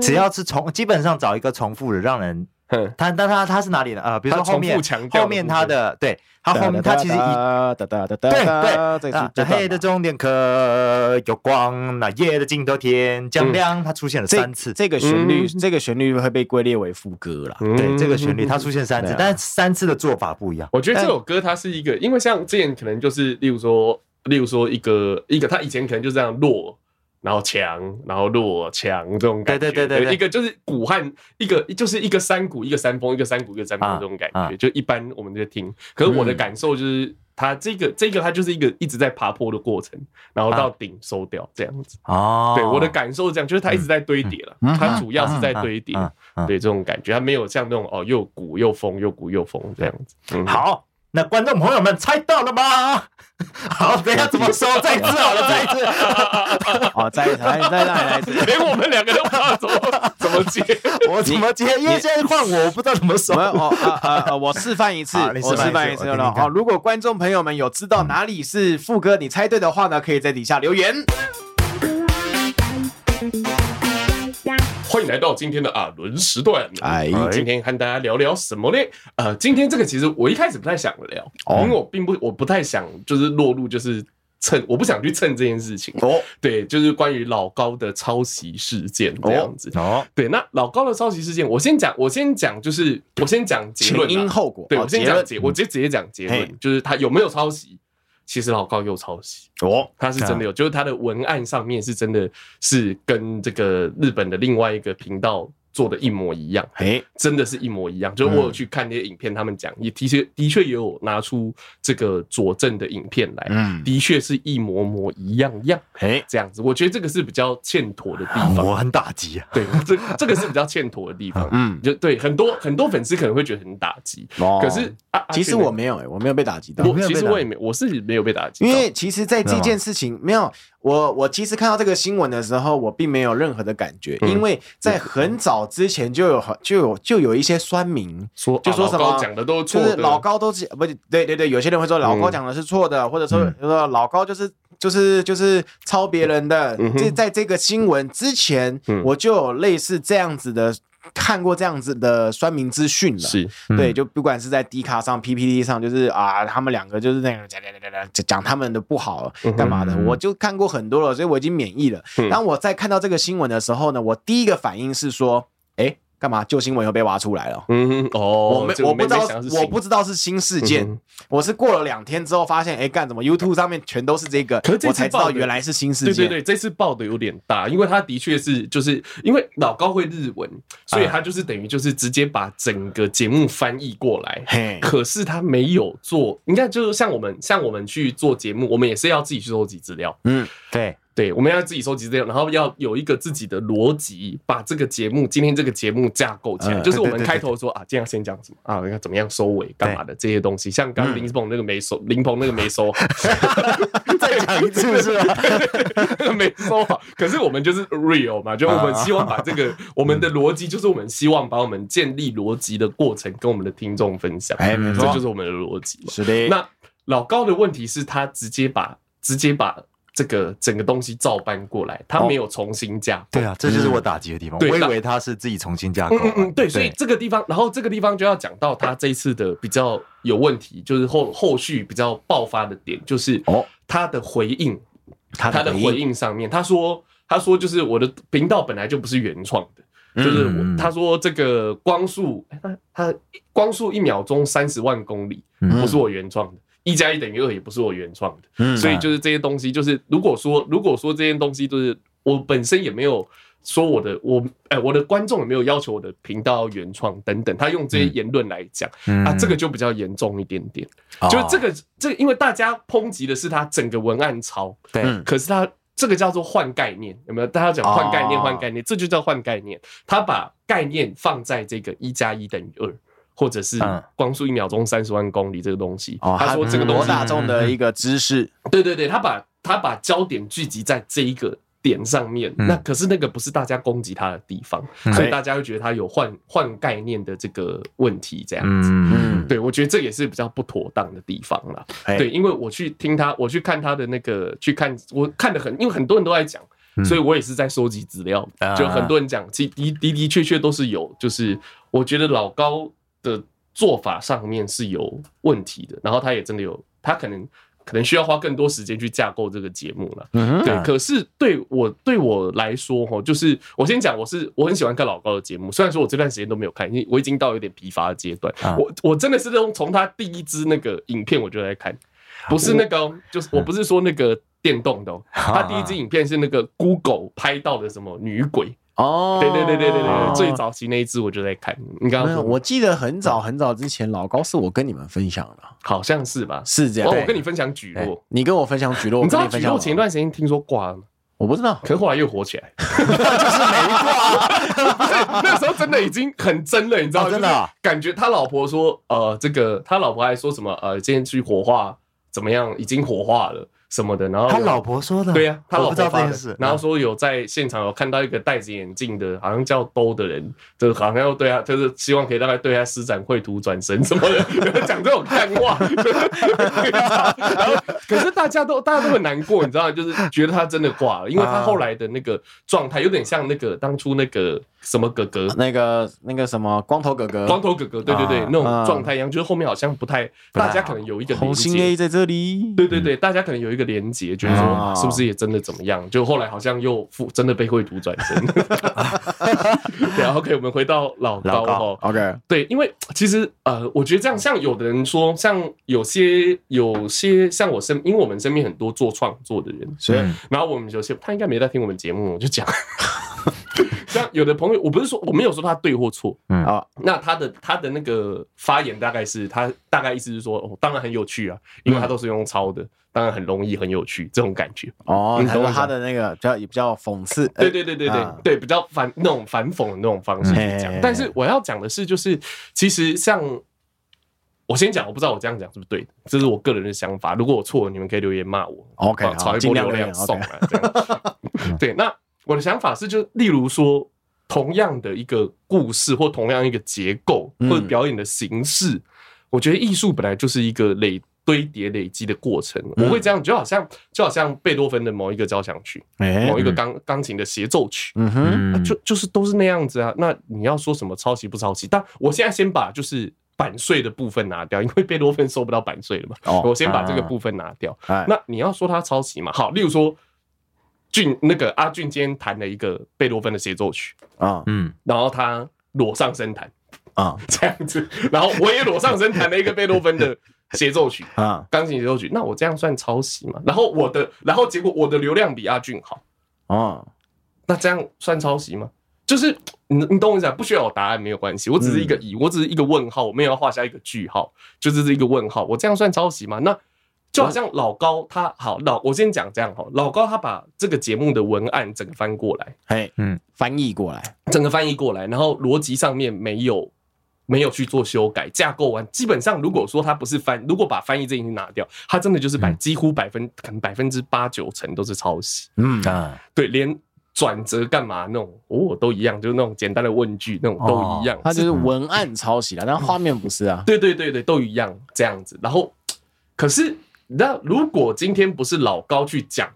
只要是重，基本上找一个重复的，让人哼他，但他他是哪里的？呃，比如它说后重面复强调后面他的，对他后面他其实一哒哒哒哒哒对哒，对，这那啊这那黑段的嘛终点可有光，那夜的尽头天将亮，它出现了三次。这个旋律，嗯这个旋律会被归列为副歌 啦。部分对，这个旋律它。嗯出现三对次啊，但三次的做法不一样。我觉得这首歌它是一个，因为像之前可能就是，例如说，例如说一个一个，他以前可能就这样弱，然后强，然后弱强这种感觉。对对对对对一个就是古汉，一个就是一个山谷，一个山峰，一个山谷，一个山峰啊这种感啊嗯觉，就一般我们在听。可是我的感受就是，它这个这个它就是一个一直在爬坡的过程，然后到顶收掉这样子。啊哦对，我的感受是这样，就是它一直在堆叠了，嗯嗯它主要是在堆叠嗯嗯嗯。嗯对这种感觉，它没有像那种哦又鼓又风又鼓又风这样子。嗯好。那观众朋友们猜到了吗？ 好，等一下怎么说？再一次好了， 再一次。 哦，再来再来来一次。连我们两个都不知道怎么怎么接。我怎么接？因为现在换我，我不知道怎么 说我。们哦啊啊啊！我示范一次，好你我示范示范一一次我次听听了。看好，如果观众朋友们有知道哪里是副歌，你猜对的话呢，可以在底下留言。 欢迎来到今天的啊轮时段。哎哎，今天和大家聊聊什么嘞？呃，今天这个其实我一开始不太想聊，因为我并不我不太想就是落入就是蹭，我不想去蹭这件事情。哦对，就是关于老高的抄袭事件这样子。哦，对，那老高的抄袭事件，我先讲，我先讲，就是我先讲结前论啦啊因后果。对，哦我先结讲论结，嗯我直接直接讲结嘿论，就是他有没有抄袭？其实老高有抄袭。哦，他是真的有，就是他的文案上面是真的是跟这个日本的另外一个频道做的一模一样，嘿，嗯真的是一模一样。就是我有去看那些影片，他们讲也的确的确也有拿出这个佐证的影片来，嗯，的确是一模模一样样嘿，哦这样子。我觉得这个是比较欠妥的地方，我很打击啊。对，这这个是比较欠妥的地方。嗯，就对很多很多粉丝可能会觉得很打击，哦可是啊，啊其实这个我没有、欸，我没有被打击到。我没有其被实打我也没我是没有被打击到，因为其实，在这嗯件事情没有我，我其实看到这个新闻的时候，我并没有任何的感觉，嗯因为在很早之前就有就有就有一些酸民，说就啊说老什高么讲的都是就错的，是老高都是不对对对，有些人会说老高嗯讲的是错的，或者说嗯就说老高就是就是就是抄别人的嗯。哼这、在这个新闻之前，嗯我就有类似这样子的看过这样子的酸民资讯了。是对，嗯就不管是在 D 卡上、PPT 上，就是啊，他们两个就是那个讲讲讲讲讲他们的不好嗯哼干嘛的，嗯我就看过很多了，所以我已经免疫了嗯。当我在看到这个新闻的时候呢，我第一个反应是说，哎，干嘛旧新闻又被挖出来了。嗯哦，我没这我不知道没想到是，我新不知道是新事嗯件，我是过了两天之后发现，哎，干怎么 YouTube 上面全都是这个可是，这次我才知报道的原来是新事对对件。对，这次爆的有点大，因为他的确是就是因为老高会日文，嗯所以他就是等于就是直接把整个节目翻译过来。嘿，可是他没有做，你看，就是像我们像我们去做节目，我们也是要自己去收集资料，嗯，对，对，我们要自己收集资料，然后要有一个自己的逻辑，把这个节目今天这个节目架构起来。嗯就是我们对对对开头说啊，今天要先讲什么啊，要怎么样收尾，干嘛的这些东西。像嗯刚刚林鹏那个没收，林鹏那个没收好，再讲一次 是吧？没收好。可是我们就是 real 嘛，就我啊们希望把这 个我们的逻辑，就是我们希望把我们建立逻辑的过程跟我们的听众分享。哎没错这就是我们的逻辑嘛。是的。那老高的问题是他直接把直接把这个整个东西照搬过来，他没有重新架构。对啊，这就是我打击的地方。嗯对我以那为他是自己重新架构哦嗯啊，嗯嗯，对，所以这个地方，然后这个地方就要讲到他这一次的比较有问题，就是后后续比较爆发的点，就是哦他的回应，他他的回应上面，他说他说就是我的频道本来就不是原创的，就是我嗯嗯他说这个光速，哎他他光速一秒钟三十万公里，嗯不是我原创的。一加一等于二也不是我原创的，嗯所以就是这些东西，就是如果说如果说这些东西，就是我本身也没有说我的我哎、我的观众也没有要求我的频道原创等等，他用这些言论来讲、嗯啊，这个就比较严重一点点。哦就是这个这个因为大家抨击的是他整个文案抄，对嗯可是他这个叫做换概念，有没有？大家讲换概念，哦换概念，这就叫换概念。他把概念放在这个一加一等于二，或者是嗯光速一秒钟三十万公里这个东西。哦，他说这个东博西，嗯大众的一个知识，对对对，他把他把焦点聚集在这一个。点上面，嗯那可是那个不是大家攻击他的地方，嗯所以大家会觉得他有换换概念的这个问题，这样子。嗯对，我觉得这也是比较不妥当的地方啦。哎对，因为我去听他，我去看他的那个，去看我看的很，因为很多人都在讲，嗯所以我也是在收集资料啊。就很多人讲，其实的的的确确都是有，就是我觉得老高的做法上面是有问题的，然后他也真的有，他可能可能需要花更多时间去架构这个节目了。嗯对，可是对我对我来说，哈，就是我先讲，我是我很喜欢看老高的节目，虽然说我这段时间都没有看，因为我已经到有点疲乏的阶段。啊我我真的是从从他第一支那个影片我就在看，不是那个哦、啊就是我不是说那个电动 的、哦，他第一支影片是那个 Google 拍到的什么女鬼，哦，对对对对对对，哦最早期那一支我就在看，你刚没刚有，说嗯我记得很早很早之前，老高是我跟你们分享的，好像是吧？是这样。哦，对我跟你分享举落，你跟我分享举落，你知我道跟举分落享前一段时间听说挂了吗，我不知道可是后来又火起来。 啊那时候真的已经很真了，你知道吗？哦真的啊就是感觉他老婆说，呃，这个他老婆还说什么，呃，今天去火化怎么样，已经火化了什么的，然后他老。婆说的，对呀、他嗯我老不知婆道发这件的事，，然后嗯说有在现场有看到一个戴着眼镜的，好像叫兜的人，就是好像要对他，就是希望可以大概对他施展绘图转身什么的， 讲这种干话。 然后，可是大家都大家都很难过，你知道吗？就是觉得他真的挂了，因为啊他后来的那个状态有点像那个当初那个什么哥哥，那个那个什么光头哥哥，光头哥哥，对对对啊，那种啊状态一样，就是后面好像不太，太好大家可能有一个连红心接 A，在这里，对嗯对对，大家可能有一个连接，觉得说啊是不是也真的怎么样？就后来好像又复真的被绘图转 身。对啊，OK，我们回到老高老高哦， ，OK，对，因为其实呃，我觉得这样，像有的人说，像有些有些像我身，因为我们身边很多做创作的人，所以嗯然后我们有些他应该没在听我们节目，我就讲。 像有的朋友，我不是说我没有说他对或错，啊好，那他的他的那个发言大概是他大概意思是说，哦，当然很有趣啊，因为他都是用抄的，当然很容易很有趣这种感觉。哦，你他嗯懂我说他的那个比较也比较讽刺，对哎对对对对啊对，比较反那种反讽的那种方式去讲嗯。但是我要讲的是，就是其实像我先讲，我不知道我这样讲是不是对的，这是我个人的想法。如果我错了，你们可以留言骂我 OK，啊好炒一波尽量流量留言送来。这 样对，那我的想法是，就例如说。同样的一个故事，或同样一个结构，嗯或者表演的形式，我觉得艺术本来就是一个累堆叠累积的过程。我嗯会这样，就好像就好像贝多芬的某一个交响曲，哎某，一个钢钢琴的协奏曲，嗯哼，啊嗯就就是都是那样子啊。那你要说什么抄袭不抄袭？但我现在先把就是版税的部分拿掉，因为贝多芬收不到版税了嘛。哦我先把这个啊部分拿掉。哎，那你要说他抄袭嘛？好，例如说俊那个阿俊今天弹了一个贝多芬的协奏曲，啊，嗯然后他裸上身弹啊这样子，然后我也裸上身弹了一个贝多芬的协奏曲，啊钢琴协奏曲，那我这样算抄袭吗？然后我的，然后结果我的流量比阿俊好，哦，那这样算抄袭吗？就是你你懂我意思啊？不需要有答案没有关系，我只是一个疑，我只是一个问号，我没有要画下一个句号，就这是一个问号。我这样算抄袭吗？那就好像老高他好老，我先讲这样哈，老高他把这个节目的文案整个翻过来，嘿，嗯嗯，翻译过来，整个翻译过来，然后逻辑上面没有没有去做修改，架构完，基本上如果说它不是翻，如果把翻译这一题拿掉，它真的就是百几乎百分可能百分之八九成都是抄袭，嗯啊，对，连转折干嘛那种哦都一样，就是那种简单的问句那种都一样，哦他就是文案抄嗯袭了，但画面不是啊，对对对对都一样这样子。然后可是那如果今天不是老高去讲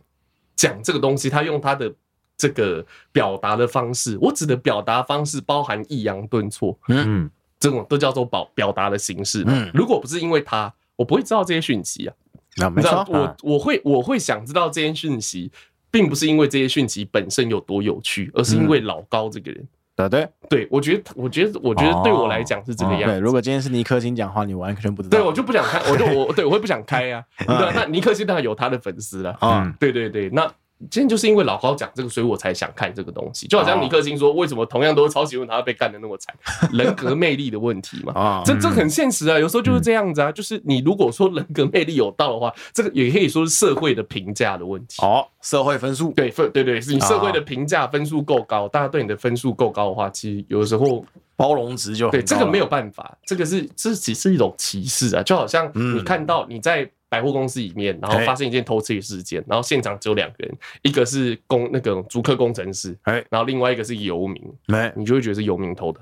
讲这个东西，他用他的。这个表达的方式，我指的表达方式包含抑扬顿挫，嗯，这种都叫做表表达的形式。嗯如果不是因为他，我不会知道这些讯息啊。那你没知道错，，啊我我会我会想知道这些讯息，并不是因为这些讯息本身有多有趣，而是因嗯为老高这个人。对对哦对我觉得，我觉得，我觉得对我来讲是这个样对，子。如果今天是尼克星讲话，你完全不知道，对，我就不想开，我就我对我会不想开啊。对啊，那尼克西当然有他的粉丝了。哦啊 对对对，那今天就是因为老高讲这个，所以我才想看这个东西。就好像尼克星说，为什么同样都是抄袭论，他会被干的那么惨，人格魅力的问题嘛。啊，这这很现实啊，有时候就是这样子啊，就是你如果说人格魅力有道的话，这个也可以说是社会的评价的问题。哦，社会分数，对分对对，是你社会的评价分数够高，大家对你的分数够高的话，其实有时候包容值就很对这个高啊没有了办法，这个是这只是一种歧视啊，就好像嗯哎你看到你在百货公司里面，然后嘿发生一件偷吃的事件，然后现场只有两个人，一个是工那个租客工程师，哎然后另外一个是游民，没你就会觉得是游民偷的。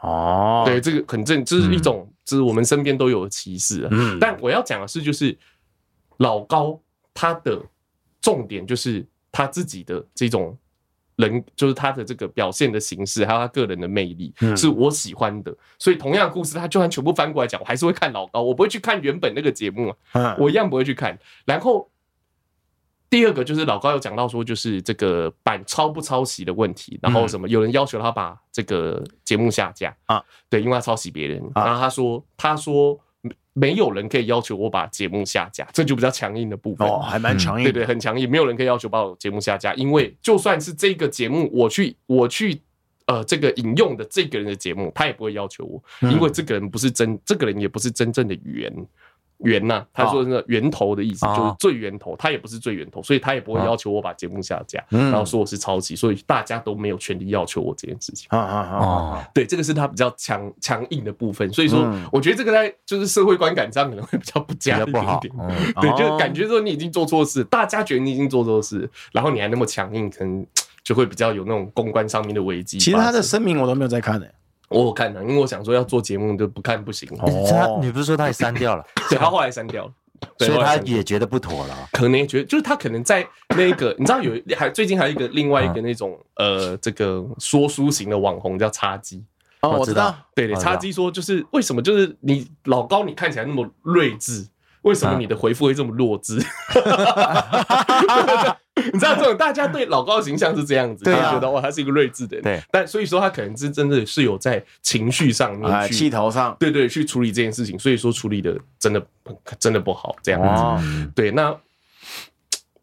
哦，对，，这个很正，这是一嗯种，就是我们身边都有的歧视啊。嗯，但我要讲的是，就是老高他的重点就是他自己的这种人，就是他的这个表现的形式，还有他个人的魅力，嗯是我喜欢的。所以同样的故事，他就算全部翻过来讲，我还是会看老高，我不会去看原本那个节目啊，嗯我一样不会去看。然后第二个就是老高有讲到说，就是这个版抄不抄袭的问题，然后什么有人要求他把这个节目下架嗯啊，对，因为他抄袭别人。啊然后他说，他说没没有人可以要求我把节目下架，这就比较强硬的部分。哦，还蛮强硬嗯对的，对，很强硬，没有人可以要求把我节目下架，因为就算是这个节目，我去我去呃这个引用的这个人的节目，他也不会要求我，嗯因为这个人不是真，这个人也不是真正的源源呐、他说的源头的意思哦就是最源头，他也不是最源头，所以他也不会要求我把节目下架，嗯然后说我是抄袭，所以大家都没有权利要求我这件事情。啊啊啊啊，哦，对，这个是他比较强强硬的部分，所以说嗯我觉得这个在就是社会观感上可能会比哦较不比佳较一不点好点，。嗯对，就哦感觉说你已经做错事，大家觉得你已经做错事，然后你还那么强硬，可能就会比较有那种公关上面的危机发其生。实他的声明我都没有在看欸的，我有看啊了、因为我想说要做节目就不看不行哦。他你不是说他也删掉了， 对他后来删掉了， 对所以后来他删掉也觉得不妥了。可能也觉得，就是他可能在那个，你知道有还最近还有一个另外一个那种呃这个说书型的网红叫叉鸡。哦，我我知知道道，对对，哦叉鸡说就是为什么就是你老高你看起来那么睿智，为什么你的回复会这么弱智？ 你知道这种大家对老高的形象是这样子，对啊就觉得哇他是一个睿智的人，对，但所以说他可能是真的是有在情绪上哎，面气去。头上，对对，去处理这件事情，所以说处理的真的真的不好，这样子。哦，对，那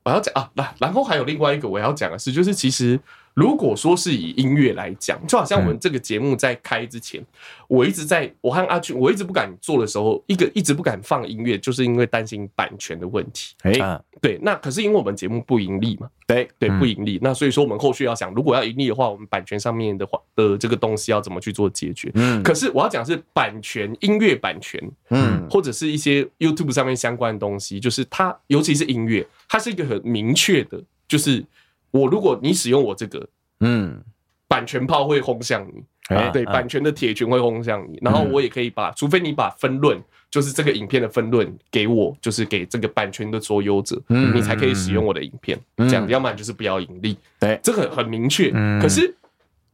我要讲啊，然然后还有另外一个我要讲的是，就是其实如果说是以音乐来讲，就好像嗯我们这个节目在开之前，我一直在我和阿俊，我一直不敢做的时候，一个一直不敢放音乐，就是因为担心版权的问题。哎，嗯，对，那可是因为我们节目不盈利嘛，对，对，嗯不盈利。那所以说我们后续要想，如果要盈利的话，我们版权上面的话的这个东西要怎么去做解决？嗯可是我要讲的是版权，音乐版权，嗯或者是一些 YouTube 上面相关的东西，就是它，尤其是音乐，它是一个很明确的，就是我如果你使用我这个嗯，版权炮会轰向你，哎嗯对，啊版权的铁拳会轰向你，然后我也可以把，除非你把分论，就是这个影片的分论给我，就是给这个版权的所有者，嗯你才可以使用我的影片，嗯这样，要不然就是不要盈利，对这个很明确嗯。可是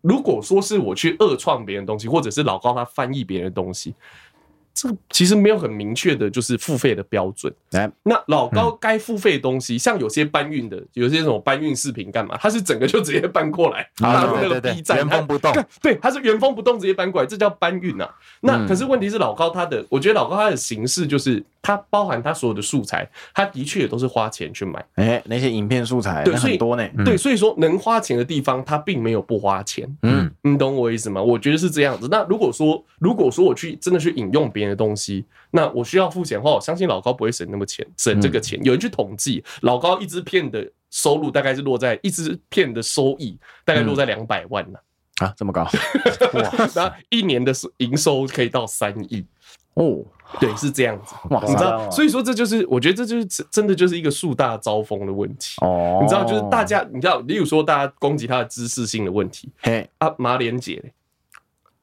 如果说是我去恶创别人的东西，或者是老高他翻译别人的东西，这个其实没有很明确的，就是付费的标准。来，那老高嗯该付费的东西，像有些搬运的，有些什么搬运视频干嘛，它是整个就直接搬过来，啊大陆那对个对 B 对，站，原它封不动，干对，它是原封不动直接搬过来，这叫搬运啊。那嗯可是问题是老高他的，我觉得老高他的形式就是它包含他所有的素材，他的确也都是花钱去买。哎，那些影片素材对那所以很多呢，对，所以说能花钱的地方，他并没有不花钱。嗯，你懂我意思吗？我觉得是这样子。那如果说，如果说我去真的去引用别人的东西，那我需要付钱的话，我相信老高不会省那么钱，省这个钱。有人去统计，老高一支片的收入大概是落在一支片的收益大概落在两百万呐、啊，这么 高那一年的营收可以到三亿，哦，对，是这样子。哇你知塞，道，所以说这就是我觉得这就是真的就是一个树大招风的问题。哦，你知道，就是大，家，你知道，例如说大家攻击他的知识性的问题嘿，啊，马连姐嘞，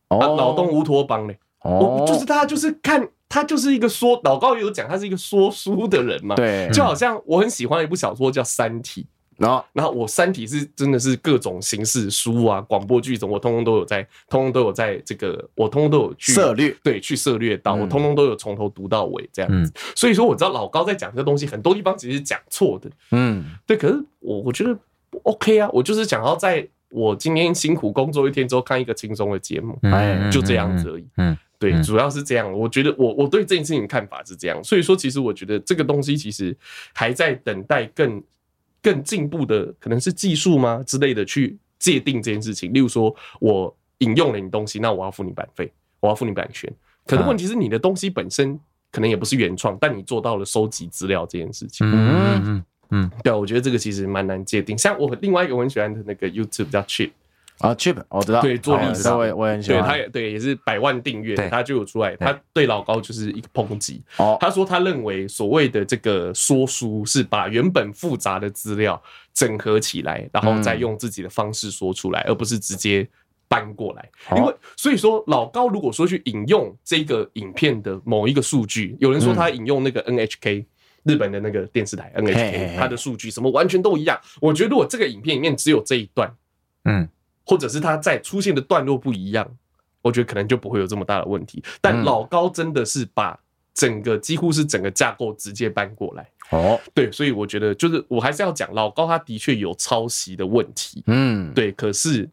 哦啊，脑洞乌托邦嘞，哦我，就是大家就是看他就是一个说老高也有讲他是一个说书的人嘛，，对，嗯哦就好像我很喜欢一部小说叫《三体》，然后然后我《三体》是真的是各种形式书啊、广播剧种，我通通都有在，通通都有在这个，我通通都有去策略对，去涉略到，嗯我通通都有从头读到尾这样子。所以说我知道老高在讲这个东西，很多地方其实是讲错的，嗯，对，可是我我觉得 OK 啊，我就是想要在我今天辛苦工作一天之后看一个轻松的节目，哎就这样子，而已。嗯，对，嗯主要是这样。我觉得我我对这件事情看法是这样，所以说其实我觉得这个东西其实还在等待更更进步的，可能是技术吗之类的去界定这件事情。例如说，我引用了你东西，那我要付你版费，我要付你版权。可能啊问题是你的东西本身可能也不是原创，但你做到了收集资料这件事情。嗯嗯嗯对啊，我觉得这个其实蛮难界定。像我很另外一个我很喜欢的那个 YouTube 叫 Chip，啊，Chip，我知道，对做哦历史的我也我也很喜对，欢，他也对也是百万订阅对，他就有出来，他对老高就是一个抨击。哦，他说他认为所谓的这个说书是把原本复杂的资料整合起来，然后再用自己的方式说出来，而不是直接搬过来。因为所以说老高如果说去引用这个影片的某一个数据，有人说他引用那个 NHK。日本的那个电视台嘿嘿嘿 NHK，它的数据什么完全都一样。我觉得如果这个影片里面只有这一段，嗯，或者是它在出现的段落不一样，我觉得可能就不会有这么大的问题。但嗯老高真的是把整个几乎是整个架构直接搬过来，哦，对，所以我觉得就是我还是要讲老高他的确有抄袭的问题，嗯，对，可是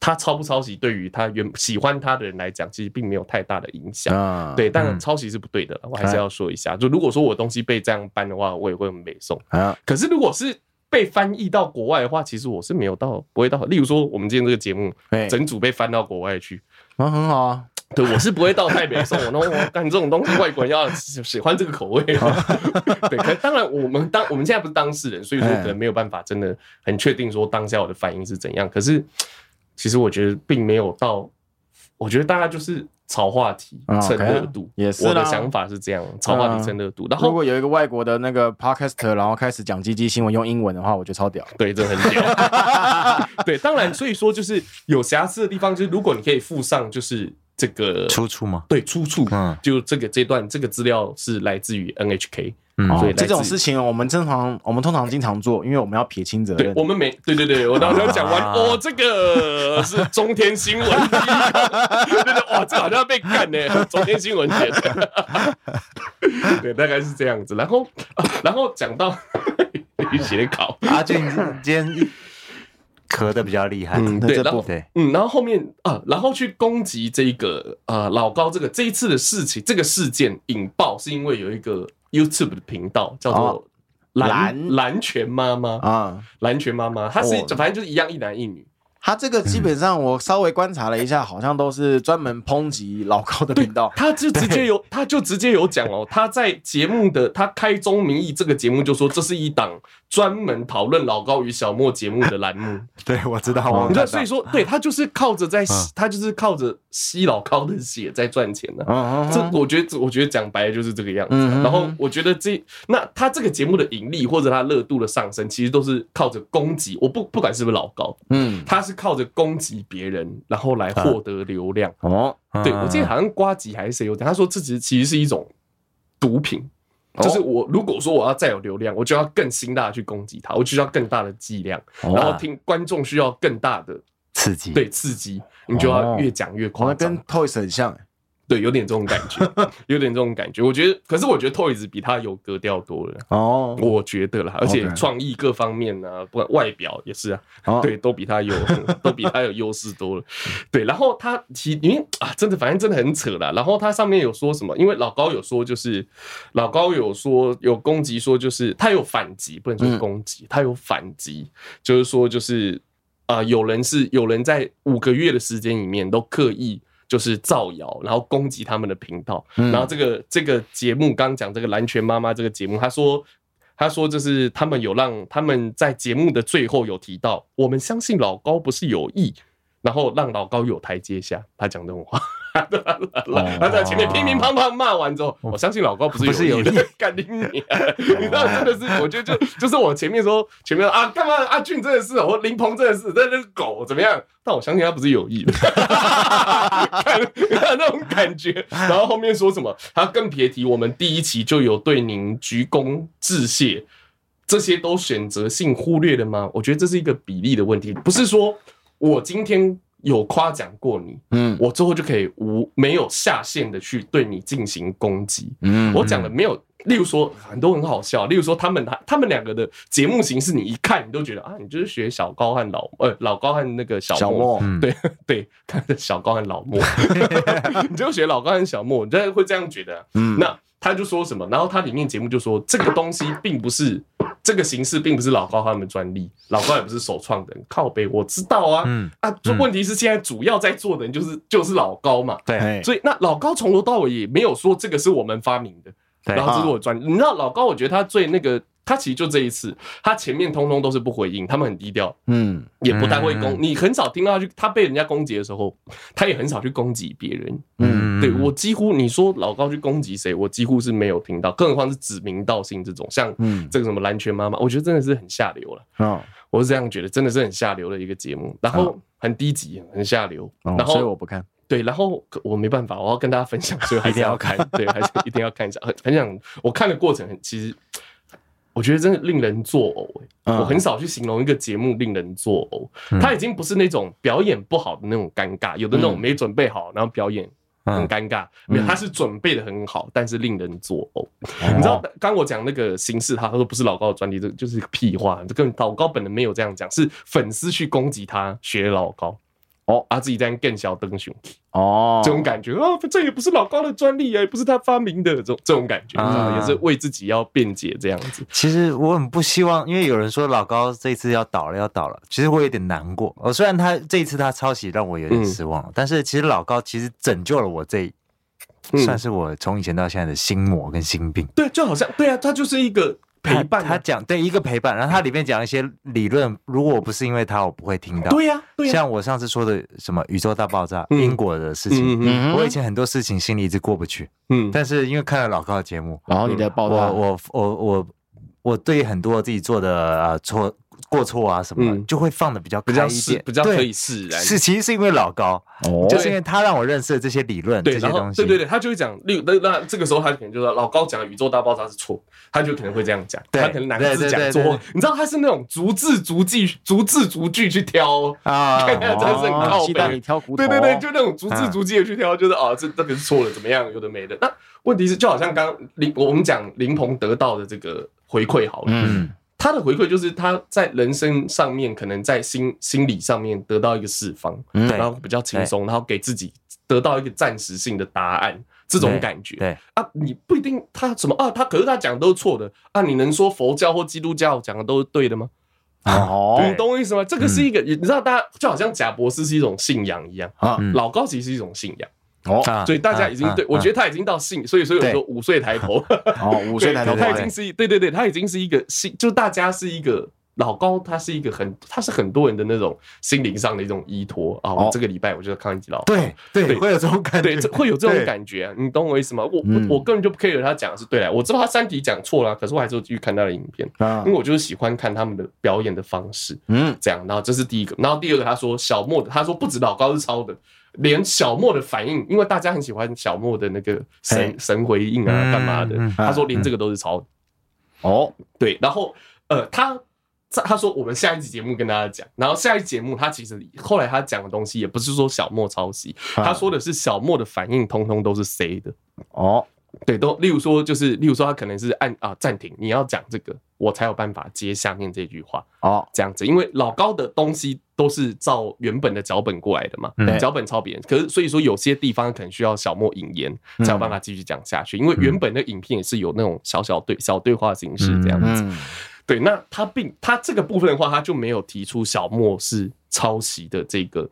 他抄不抄袭对于他原喜欢他的人来讲，其实并没有太大的影响。啊，对，但抄袭是不对的，我还是要说一下。就如果说我东西被这样搬的话，我也会很美送。啊，可是如果是被翻译到国外的话，其实我是没有到不会到，例如说我们今天这个节目对，整组被翻到国外去，啊很好啊， 对我是不会到太北宋，我弄我干这种东西，外国人要喜喜欢这个 口味。对，可当然我们当我们现在不是当事人，所以说哎可能没有办法真的很确定说当下我的反应是怎样。可是其实我觉得并没有到，我觉得大家就是炒话题啊蹭热 OK，度，也是我的啦想法是这样，炒话嗯题蹭热度，然如后果有一个外国的那个 podcaster，然后开始讲鸡鸡新闻用英文的话，我觉得超屌。对，这很屌。 对，当然，所以说就是有瑕疵的地方，就是如果你可以附上就是这个出处吗？对出处，嗯就这个这段这个资料是来自于 NHK，嗯所以来自哦这于种事。情我们正常，我们通常经常做，因为我们要撇清责对任。我们每对对对，我当时候讲完，啊哦，这个是中天新闻， 对对，哇，这好像要被干呢、中天新闻写的， 对，大概是这样子。然后，啊然后讲到 你写的稿，阿俊 今天咳的比较厉害，嗯，那对，这然部后分对，嗯，然后后面啊，然后去攻击这个呃老高这个这一次的事情，这个事件引爆是因为有一个 YouTube 的频道叫哦做蓝蓝蓝泉妈妈，啊，蓝泉妈妈，她是哦反正就是一样一男一女，他这个基本上我稍微观察了一下，好像都是专门抨击老高的频道。她就直接有她就直接有讲哦，她在节目的她开宗明义，这个节目就说这是一档专门讨论老高与小莫节目的栏 目，对我知道，我哦你知道，嗯看所到以说对她就是靠着在嗯她就是靠着吸老高的血在赚钱的、嗯这我觉得，我觉得讲白了就是这个样子啊、嗯哼然后我觉得这那他这个节目的盈利或者他热度的上升，其实都是靠着攻击。我不不管是不是老高，嗯，啊他是靠着攻击别人，然后来获得流量。哦，对我记得好像瓜吉还是谁有讲，他说这其实其实是一种毒品。哦就是我如果说我要再有流量，我就要更辛辣地去攻击他，我就需要更大的剂量，哦然后听观众需要更大的刺激，对刺激，你就要哦越讲越夸好张。像跟 Toys 很像。对，有点这种感 觉，有点这种感觉。我觉得，可是我觉得 Toys 比他有格调多了，哦，我觉得啦，而且 OK 创意各方面啊，不管外表也是啊，哦对，都比他有，都比他有优势 多了。对，然后他其因为啊，真的，反正真的很扯啦。然后他上面有说什么？因为老高有说，就是老高有说有攻击，说就是他有反击，不能说嗯攻击，他有反击，就是说就是啊、有人是有人在五个月的时间里面都刻意。就是造谣，然后攻击他们的频道，嗯然后这个这个节目刚讲这个蓝泉妈妈这个节目，她说他说就是他们有让他们在节目的最后有提到，我们相信老高不是有意，然后让老高有台阶下。他讲这种话。 他在前面乒乒乓乓骂完之后，我相信老高不是哦不是有意有的， 干你娘！ 你知道真的是，我觉得就就是我前面说前面啊，干嘛阿俊真的是，我林鹏真的是，真的是狗怎么样？但我相信他不是有意的， 看那种感觉。然后后面说什么？他更别提我们第一期就有对您鞠躬致谢，这些都选择性忽略了吗？我觉得这是一个比例的问题，不是说我今天有夸奖过你，嗯我之后就可以无没有下限的去对你进行攻击。嗯我讲的没有，例如说很多很好笑，例如说他们他们两个的节目形式，你一看你都觉得啊，你就是学小高和老呃老高和那个小小莫，嗯对对，他的小高和老 莫，你就学老高和小莫，你真的会这样觉得啊、嗯那他就说什么，然后他里面节目就说这个东西并不是这个形式，并不是老高他们专利，老高也不是首创人，靠北我知道啊，嗯啊，这嗯问题是现在主要在做的人就是就是老高嘛，对嘿所以那老高从头到尾也没有说这个是我们发明的，对然后这是我专，你知道老高，我觉得他最那个，他其实就这一次，他前面通通都是不回应，他们很低调，嗯也不太会攻嗯，你很少听到他去，他被人家攻击的时候，他也很少去攻击别人。嗯对我几乎你说老高去攻击谁，我几乎是没有听到，更何况是指名道姓这种，像嗯这个什么蓝圈妈妈，我觉得真的是很下流了。哦，我是这样觉得，真的是很下流的一个节目，然后很低级，很下流，嗯哦然所以后我不看，对，然后可我没办法，我要跟大家分享，所以还是要看，对，还是一定要看一下，很很想我看的过程很，其实我觉得真的令人作呕、欸嗯我很少去形容一个节目令人作呕，嗯他已经不是那种表演不好的那种尴尬，有的那种嗯没准备好，然后表演。很尴尬，没有，他是准备的很好，但是令人作呕。你知道刚我讲那个形式，他他说不是老高的专利，这就是个屁话，这跟老高本人没有这样讲，是粉丝去攻击他学老高，啊哦他自己在那更小灯熊哦，这种感觉啊，这也不是老高的专利啊，也不是他发明的，这种这种感觉，啊你知道吗也是为自己要辩解这样子。其实我很不希望，因为有人说老高这一次要倒了，要倒了。其实我有点难过。呃，虽然他这一次他抄袭让我有点失望，但是其实老高其实拯救了我这一，嗯算是我从以前到现在的心魔跟心病。对，就好像对啊，他就是一个陪伴他他啊，讲对一个陪伴，然后他里面讲一些理论，如果我不是因为他，我不会听到。对呀，啊对呀，像我上次说的什么宇宙大爆炸、嗯英国的事情，嗯嗯嗯我以前很多事情心里一直过不去，嗯但是因为看了老高的节目，然后你在报我他，我我我我对很多自己做的呃错过错啊什么的，嗯就会放的比较比开较一释点，比较可以对，释然，是其实是因为老高，哦就是因为他让我认识了这些理论对，这些然后东西，对对对，他就会讲，例如那那这个时候他可能就说老高讲宇宙大爆炸是错，他就可能会这样讲，对他可能哪对个字对讲对错对对，你知道他是那种逐字逐句、逐字逐句去挑哦， 啊，看起来真的是很哦靠鸡北蛋里挑骨头，对对对，就那种逐字逐句的去挑，就是啊，这这个是错了，怎么样，有的没的。那问题是，就好像刚刚林我们讲林鹏得到的这个回馈好了，嗯嗯他的回馈就是他在人生上面，可能在心心理上面得到一个释放，嗯然后比较轻松，然后给自己得到一个暂时性的答案，这种感觉。对，啊，你不一定他什么啊，他可是他讲的都是错的啊，你能说佛教或基督教讲的都是对的吗？哦你懂我意思吗？这个是一个，你知道，大家就好像贾博士是一种信仰一样，啊嗯老高其实是一种信仰，哦啊所以大家已经啊对啊我觉得他已经到信，所以所以我说五岁抬头，哦，五岁抬头对他花已经是一对对对，他已经是一个信，就大家是一个老高，他是一个很他是很多人的那种心灵上的一种依托啊。我哦这个礼拜我就看一集老高。对对，对会有这种感对，觉，这会有这种对感觉、啊，你懂我意思吗？我嗯我我根本就不 care 他讲的是对的，我知道他三体讲错了，可是我还是会继续看他的影片，啊因为，我就是喜欢看他们的表演的方式。嗯这样，然后这是第一个，然后第二个他说小莫的，他说不止老高是抄的，连小莫的反应，因为大家很喜欢小莫的那个神嘿神回应啊，嗯干嘛的嗯，他说连这个都是抄的，嗯哦对，然后呃他。在他说我们下一集节目跟大家讲，然后下一集节目他其实后来他讲的东西也不是说小莫抄袭，啊他说的是小莫的反应通通都是 C 的，哦，对，都例如说就是例如说他可能是按啊暂停，你要讲这个我才有办法接下面这句话，哦，这样子，因为老高的东西都是照原本的脚本过来的嘛嗯，脚、本抄别人。可是所以说有些地方可能需要小莫引言嗯才有办法继续讲下去，因为原本的影片也是有那种小小对小对话形式这样子。嗯，对，那他并他这个部分的话，他就没有提出小莫是抄袭的这个。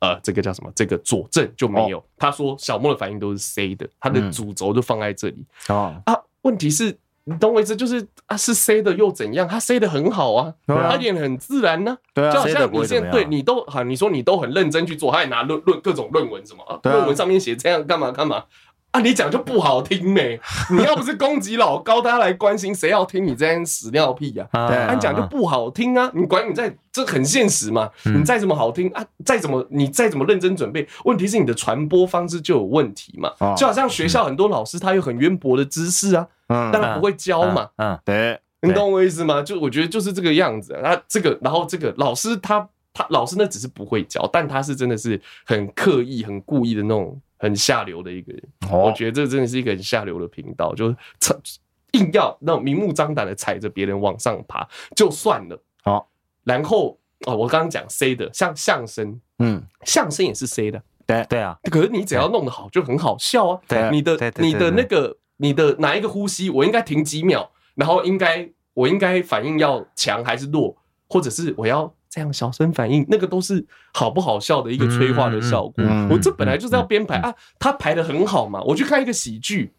呃，这个叫什么？这个佐证就没有。他说小莫的反应都是 C 的，他的哦嗯主轴就放在这里。哦，啊，问题是，你懂我意思，就是啊，是 C 的又怎样？他 C 的很好啊，对啊他演得很自然呢、对啊就好 C 得像不你会现怎在么对样你都好，你说你都很认真去做，他还拿论论各种论文什么啊，对啊论文上面写这样干嘛干嘛。啊，你讲就不好听没、你要不是攻击老高，大家来关心，谁要听你这样屎尿屁呀、啊？对啊你讲就不好听啊！你管你再这很现实嘛，你再怎么好听啊，再怎么你再怎么认真准备，问题是你的传播方式就有问题嘛哦。就好像学校很多老师他有很渊博的知识啊，嗯，当然不会教嘛，嗯，对，你对懂我意思吗？就我觉得就是这个样子啊。那这个，然后这个老师他他老师那只是不会教，但他是真的是很刻意、很故意的那种很下流的一个人。哦我觉得这真的是一个很下流的频道，就是踩硬要那种明目张胆的踩着别人往上爬就算了。好，然后哦，我刚刚讲 C 的，像相声，嗯，相声也是 C 的，对啊，可是你只要弄得好，就很好笑啊。对你的对对你的对那个你的哪一个呼吸，我应该停几秒，然后应该我应该反应要强还是弱，或者是我要这样小声反应，那个都是好不好笑的一个催化的效果。嗯嗯嗯我这本来就是要编嗯排啊，他排的很好嘛。我去看一个喜剧，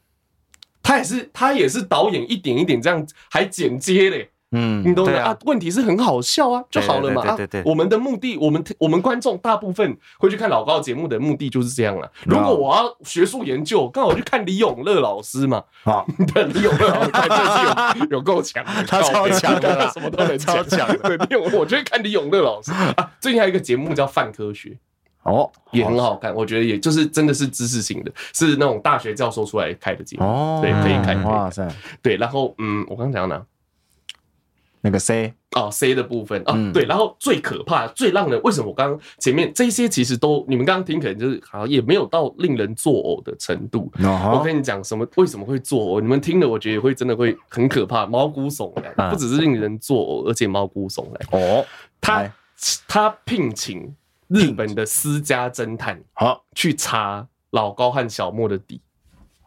他也是他也是导演一点一点这样，还剪接嘞。你嗯，懂的对啊啊？问题是很好笑啊，就好了嘛。对对啊对对对，我们的目的，我们我们观众大部分会去看老高节目的目的就是这样了。啊如果我要学术研究，刚好去看李永乐老师嘛。好，对，李永乐老师真是有有够强的，啊 他超强的啦他什么都能超强的对，李永我就会看李永乐 老师啊。最近还有一个节目叫《泛科学》。哦，也很好看，我觉得也就是真的是知识性的，是那种大学教授出来开的节目。哦，对可以看可以看哇塞，对，然后嗯，我刚刚讲到哪？那个 C，哦，C 的部分啊、嗯对，然后最可怕、最让人为什么我刚刚前面这些其实都你们刚刚听可能就是好像也没有到令人作呕的程度。我哦，跟你讲什么为什么会作呕，你们听了我觉得也会真的会很可怕，毛骨悚然，啊嗯不只是令人作呕，而且毛骨悚然。哦，他来他聘请日本的私家侦探好去查老高和小莫的底，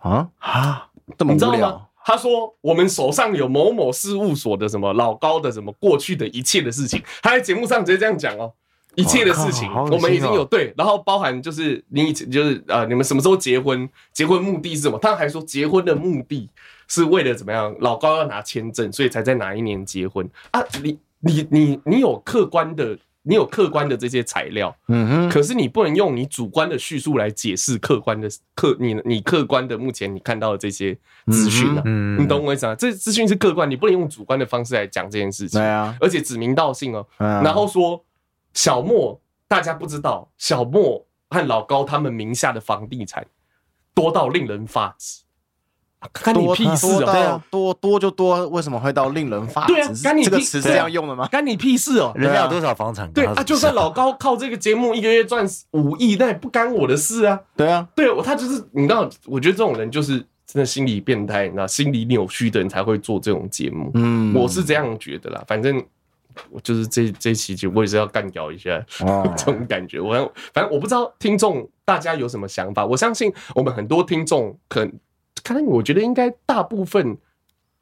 啊，啊，这么你知无道聊吗？他说：“我们手上有某某事务所的什么老高的什么过去的一切的事情。”他在节目上直接这样讲哦，一切的事情哇靠好恶心哦我们已经有对，然后包含就是你以前就是呃，你们什么时候结婚？结婚目的是什么？他还说结婚的目的是为了怎么样？老高要拿签证，所以才在哪一年结婚啊？你你你你有客观的，你有客观的这些材料，嗯哼，可是你不能用你主观的叙述来解释客观的客你你客观的目前你看到的这些资讯啊，嗯你懂我意思啊？这资讯是客观，你不能用主观的方式来讲这件事情对，啊，而且指名道姓哦。嗯然后说小莫，大家不知道小莫和老高他们名下的房地产多到令人发指，啊干你多屁事多哦！到多多就多，为什么会到令人发对啊指？是干你这个屁词是对啊这样用的吗？干你屁事哦！人家有多少房产？对啊，就算老高靠这个节目一个月赚五亿，那也不干我的事啊。对啊，对我，他就是你知道，我觉得这种人就是真的心理变态，你知道，心理扭曲的人才会做这种节目。嗯，我是这样觉得啦，反正我就是这这期节目我也是要干掉一下、 哦 这种感觉。我反正我不知道听众大家有什么想法，我相信我们很多听众可能，可能我觉得应该大部分。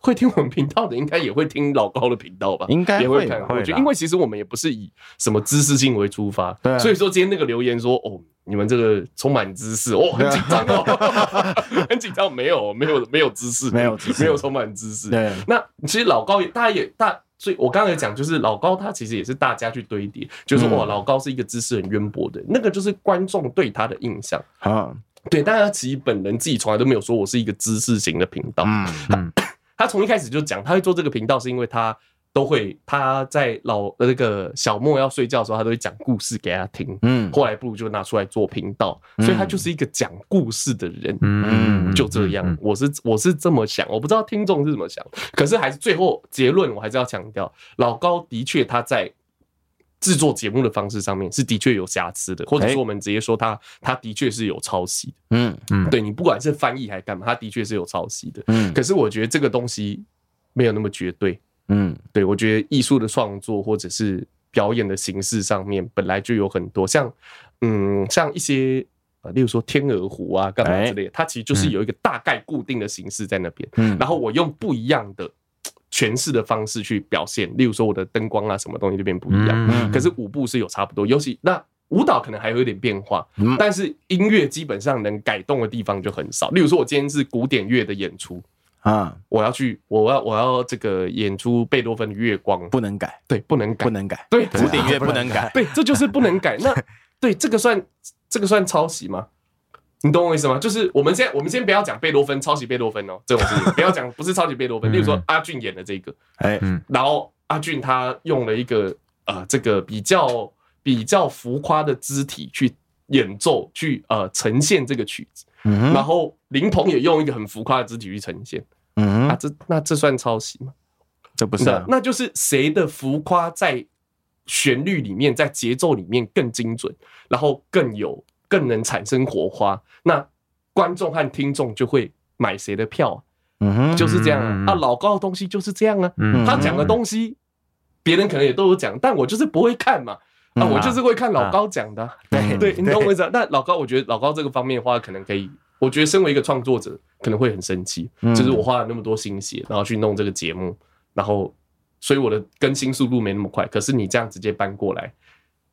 会听我们频道的，应该也会听老高的频道吧？应该也会会看吧。我觉会得，啦因为其实我们也不是以什么知识性为出发，对啊所以说今天那个留言说，哦，你们这个充满知识，哦，啊很紧张哦， 很紧张，没有，没有，没有知识，没有知识没有充满知识，对，那其实老高也，大家也大，所以我刚才讲就是老高，他其实也是大家去堆叠，就是说嗯哇，老高是一个知识很渊博的人，那个就是观众对他的印象。好，对，但他其实本人自己从来都没有说我是一个知识型的频道，嗯他从一开始就讲他会做这个频道是因为他。都会他在老呃那个小莫要睡觉的时候，他都会讲故事给他听。嗯后来不如就拿出来做频道，所以他就是一个讲故事的人。嗯就这样，我是我是这么想，我不知道听众是怎么想，可是还是最后结论，我还是要强调，老高的确他在制作节目的方式上面是的确有瑕疵的，或者哎说我们直接说他他的确是有抄袭的，嗯嗯对你不管是翻译还干嘛，他的确是有抄袭的，嗯可是我觉得这个东西没有那么绝对，嗯对我觉得艺术的创作或者是表演的形式上面本来就有很多，像嗯像一些。呃例如说天鹅湖啊，干嘛之类的，它其实就是有一个大概固定的形式在那边。哎嗯，然后我用不一样的诠释的方式去表现，例如说我的灯光啊，什么东西就变不一样。嗯可是舞步是有差不多，尤其那舞蹈可能还有一点变化，嗯但是音乐基本上能改动的地方就很少。例如说，我今天是古典乐的演出，啊，我要去，我要我要这个演出贝多芬的《月光》，不能改，对，不能改不，能改，对，古典乐不能改，对，这就是不 能改。那对这个算这个算抄袭吗？你懂我意思吗？就是我们现在我们先不要讲贝多芬抄袭贝多芬哦，这种事 情不要讲，不是抄袭贝多芬。嗯例如说阿俊演的这个，哎，然后阿俊他用了一个呃这个比较比较浮夸的肢体去演奏，去呃呈现这个曲子。嗯然哼后林鹏也用一个很浮夸的肢体去呈现，嗯啊，哼，这那这算抄袭吗？这不是那啊，那就是谁的浮夸在旋律里面，在节奏里面更精准，然后更有更能产生火花，那观众和听众就会买谁的票，嗯哼，就是这样啊嗯嗯嗯。啊，老高的东西就是这样啊，嗯他讲的东西别人可能也都有讲，但我就是不会看嘛。啊，嗯我就是会看老高讲的啊、嗯对，你懂我对意思啊？那老高，我觉得老高这个方面的话，可能可以，我觉得身为一个创作者，可能会很生气，嗯就是我花了那么多心血，然后去弄这个节目，然后所以我的更新速度没那么快。可是你这样直接搬过来，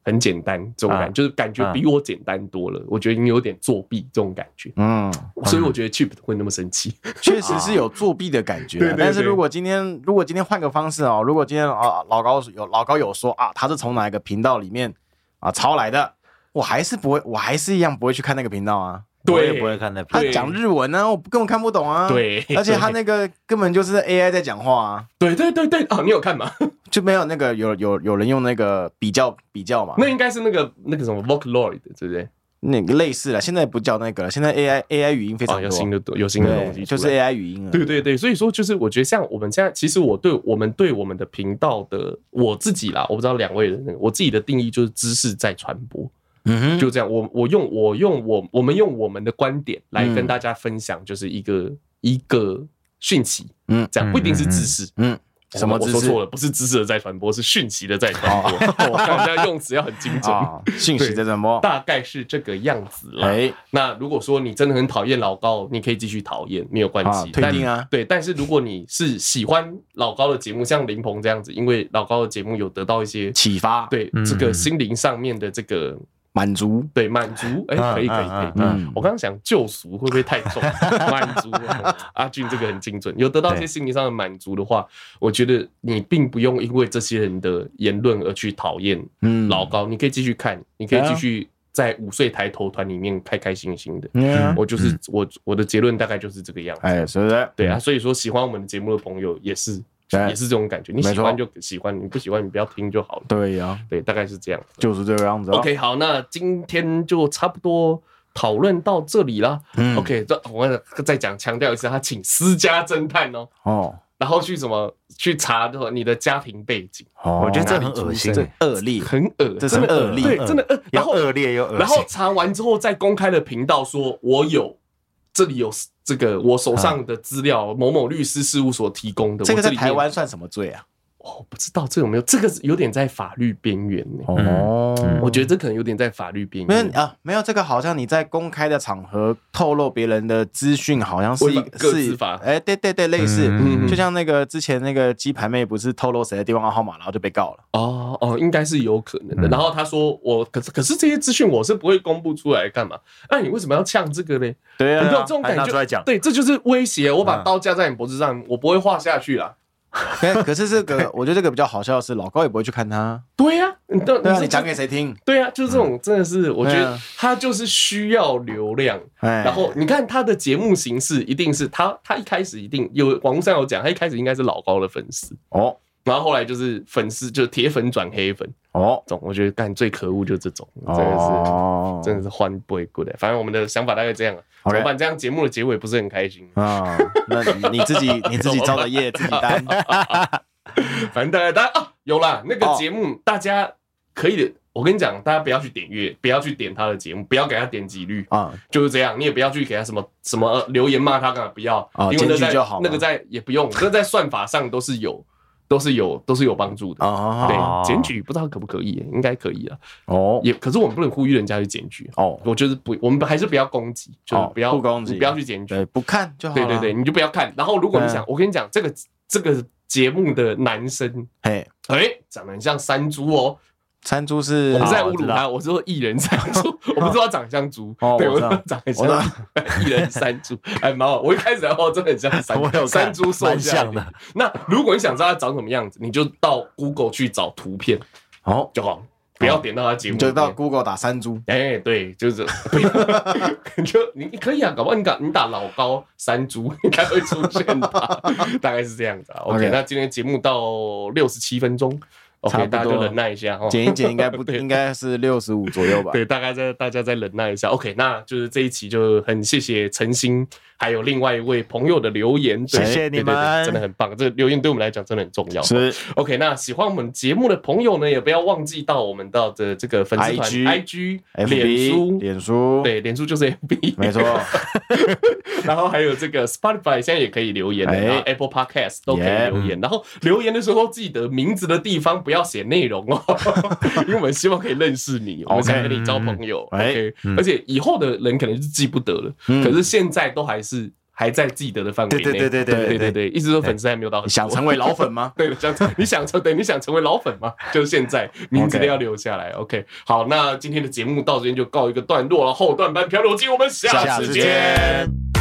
很简单，这种感啊觉、就是感觉比我简单多了。我觉得你有点作弊这种感觉，嗯，所以我觉得 Chip 会那么生气。 确实是有作弊的感觉啊。对对对但是如果今天，如果今天换个方式哦，如果今天啊老高有老高有说啊，他是从哪一个频道里面啊抄来的，我还是不会，我还是一样不会去看那个频道啊。我对也不会看那他对片，讲日文呢、我根本看不懂啊。，哎对，而且他那个根本就是 AI 在讲话啊，对对对对啊，你有看吗？就没有那个有有有人用那个比较比较嘛，那应该是那个那个什么 Vocaloid，对不对？那个类似了。现在不叫那个了，现在 AI AI 语音非常啊，多，有新的有新的东对，西，就是。AI 语音了。啊对对对，所以说就是我觉得像我们现在，其实我对我们对我们的频道的我自己啦，我不知道两位的那个我自己的定义就是知识在传播，嗯哼，就这样。我我用我用我我们用我们的观点来跟嗯大家分享，就是一个一个讯息，嗯这样不一定是嗯嗯嗯知识。嗯，什么我知说识哦错了，不是知识的在传播，是讯息的在传播。 我看人家用词要很精准，啊，信息在传播。大概是这个样子啦。哎，那如果说你真的很讨厌老高，你可以继续讨厌，没有关啊系。，推但定啊，对，但是如果你是喜欢老高的节目，像林鹏这样子，因为老高的节目有得到一些启发，，对嗯这个心灵上面的这个满足，对满足， 哎、嗯可以可以嗯可以。嗯我刚刚想救赎会不会太重？满足，啊阿俊这个很精准，有得到一些对心灵上的满足的话，我觉得你并不用因为这些人的言论而去讨厌嗯老高，你可以继续看，你可以对啊继续在五岁抬头团里面开开心心的。嗯，我就是我我的结论大概就是这个样子。哎，是不是？对啊，所以说喜欢我们的节目的朋友也是对也是这种感觉，你没错喜欢就喜欢，你不喜欢你不要听就好了。对呀，对，大概是这样。就是这个样子啊。 OK，好，那今天就差不多讨论到这里啦。嗯 OK，这我再讲强调一次，他请私家侦探哦，哦，然后去什么去查这个你的家庭背景，哦我觉得这很恶心这，恶劣，很恶，这是真的恶恶例嗯对，真的恶。然又后恶劣又恶然后心，查完之后，再公开的频道说，我有这里有这个我手上的资料，某某律师事务所提供的。这个我这在里台面湾，算什么罪啊？哦我不知道这有没有，这个是有点在法律边缘呢。哦嗯我觉得这可能有点在法律边没有缘。啊，没有这个好像你在公开的场合透露别人的资讯，好像是违一反个是资法哎，对对对，类似，嗯就像那个之前那个鸡排妹不是透露谁的电话号码，然后就被告了。哦哦，应该是有可能的。嗯然后他说我，可是可是这些资讯我是不会公布出来干嘛？那你为什么要呛这个嘞？对你知道啊这，种还感拿觉出来讲对，这就是威胁。我把嗯刀架在你脖子上，我不会画下去啊啦。啊可可是 这个我觉得这个比较好笑的是，老高也不会去看他。对呀，你到对啊，这你讲给 谁听？对啊，就是这种，真的是，我觉嗯对得啊他就是需要流量。哎，然后你看他的节目形式，一定是他，他一开始一定有网络上有讲，他一开始应该是老高的粉丝，哦，然后后来就是粉丝就铁粉转黑粉，哦这种我觉得干最可恶就这种，真的是、哦，真的是换不会过来。反正我们的想法大概这样啊。 OK 怎么办？这样节目的结尾不是很开心，啊，那你你自己你 自己造的业自己担，反正大家大家啊有啦，那个哦节目大家可以的。我跟你讲，大家不要去点阅，不要去点他的节目，不要给他点击率啊就是这样，你也不要去给他什么什么呃留言骂他，干嘛不要？哦因为那检在举就好嘛那个在也不用，这在算法上都是有，都是有，都是有帮助的。啊对哦，检举不知道可不可以，应该可以啊。哦也可是我们不能呼吁人家去检举，啊哦，我就是不，我们还是不要攻击，就是哦不要不攻击你不要去检举。对，不看就好对了，对对，，你就不要看。然后如果你嗯想，我跟你讲，这个这个节目的男生，嘿，哎，长得很像山猪哦，餐猪是我啊不是在好我侮知辱道他，我是说艺人山 猪，我不是说他长得像猪，哦对，我我知道说长得像猪 艺人山猪，还蛮好。我一开始哦，真的很像我有山看山猪瘦蛮下像来的。那如果你想知道他长什么样子，你就到 Google 去找图片哦，就好，不要点到他节目你里面。就到 Google 打山猪，哎，对，就是 不要，就你你可以啊，搞不好你打你打老高山猪应该会出现吧，大概是这样子啊。OK， OK 那今天节目到六十七分钟差，OK，不多大家就忍耐一下哦哈。剪一剪应该不 对应该是六十五左右吧？对，大概在大家再忍耐一下。OK，那就是这一期就很谢谢陈星，还有另外一位朋友的留言，对谢谢对对对你们真的很棒。这留言对我们来讲真的很重要。是 OK，那喜欢我们节目的朋友呢，也不要忘记到我们的这这个粉丝团 IG IG、脸 FB 书。脸书，，对，脸书就是 FB，没错， 然后还有这个 Spotify 现在也可以留言的，哎然后 Apple Podcast 都可以留言。然后留言的时候记得名字的地方不要写内容 哦，因为我们希望可以认识你，我们想跟你交朋友。哦哎 OK，而且以后的人可能是记不得了，嗯可是现在都还是还在记得的范围内。对对对对对对对对对，一直都粉丝还没有到很多。你想成为老粉吗 ？对的，想成你想成对你想成为老粉吗？就是现在，名字都要留下来。OK，好，那今天的节目到这边就告一个段落了，后段班漂流记，我们下下次次见见。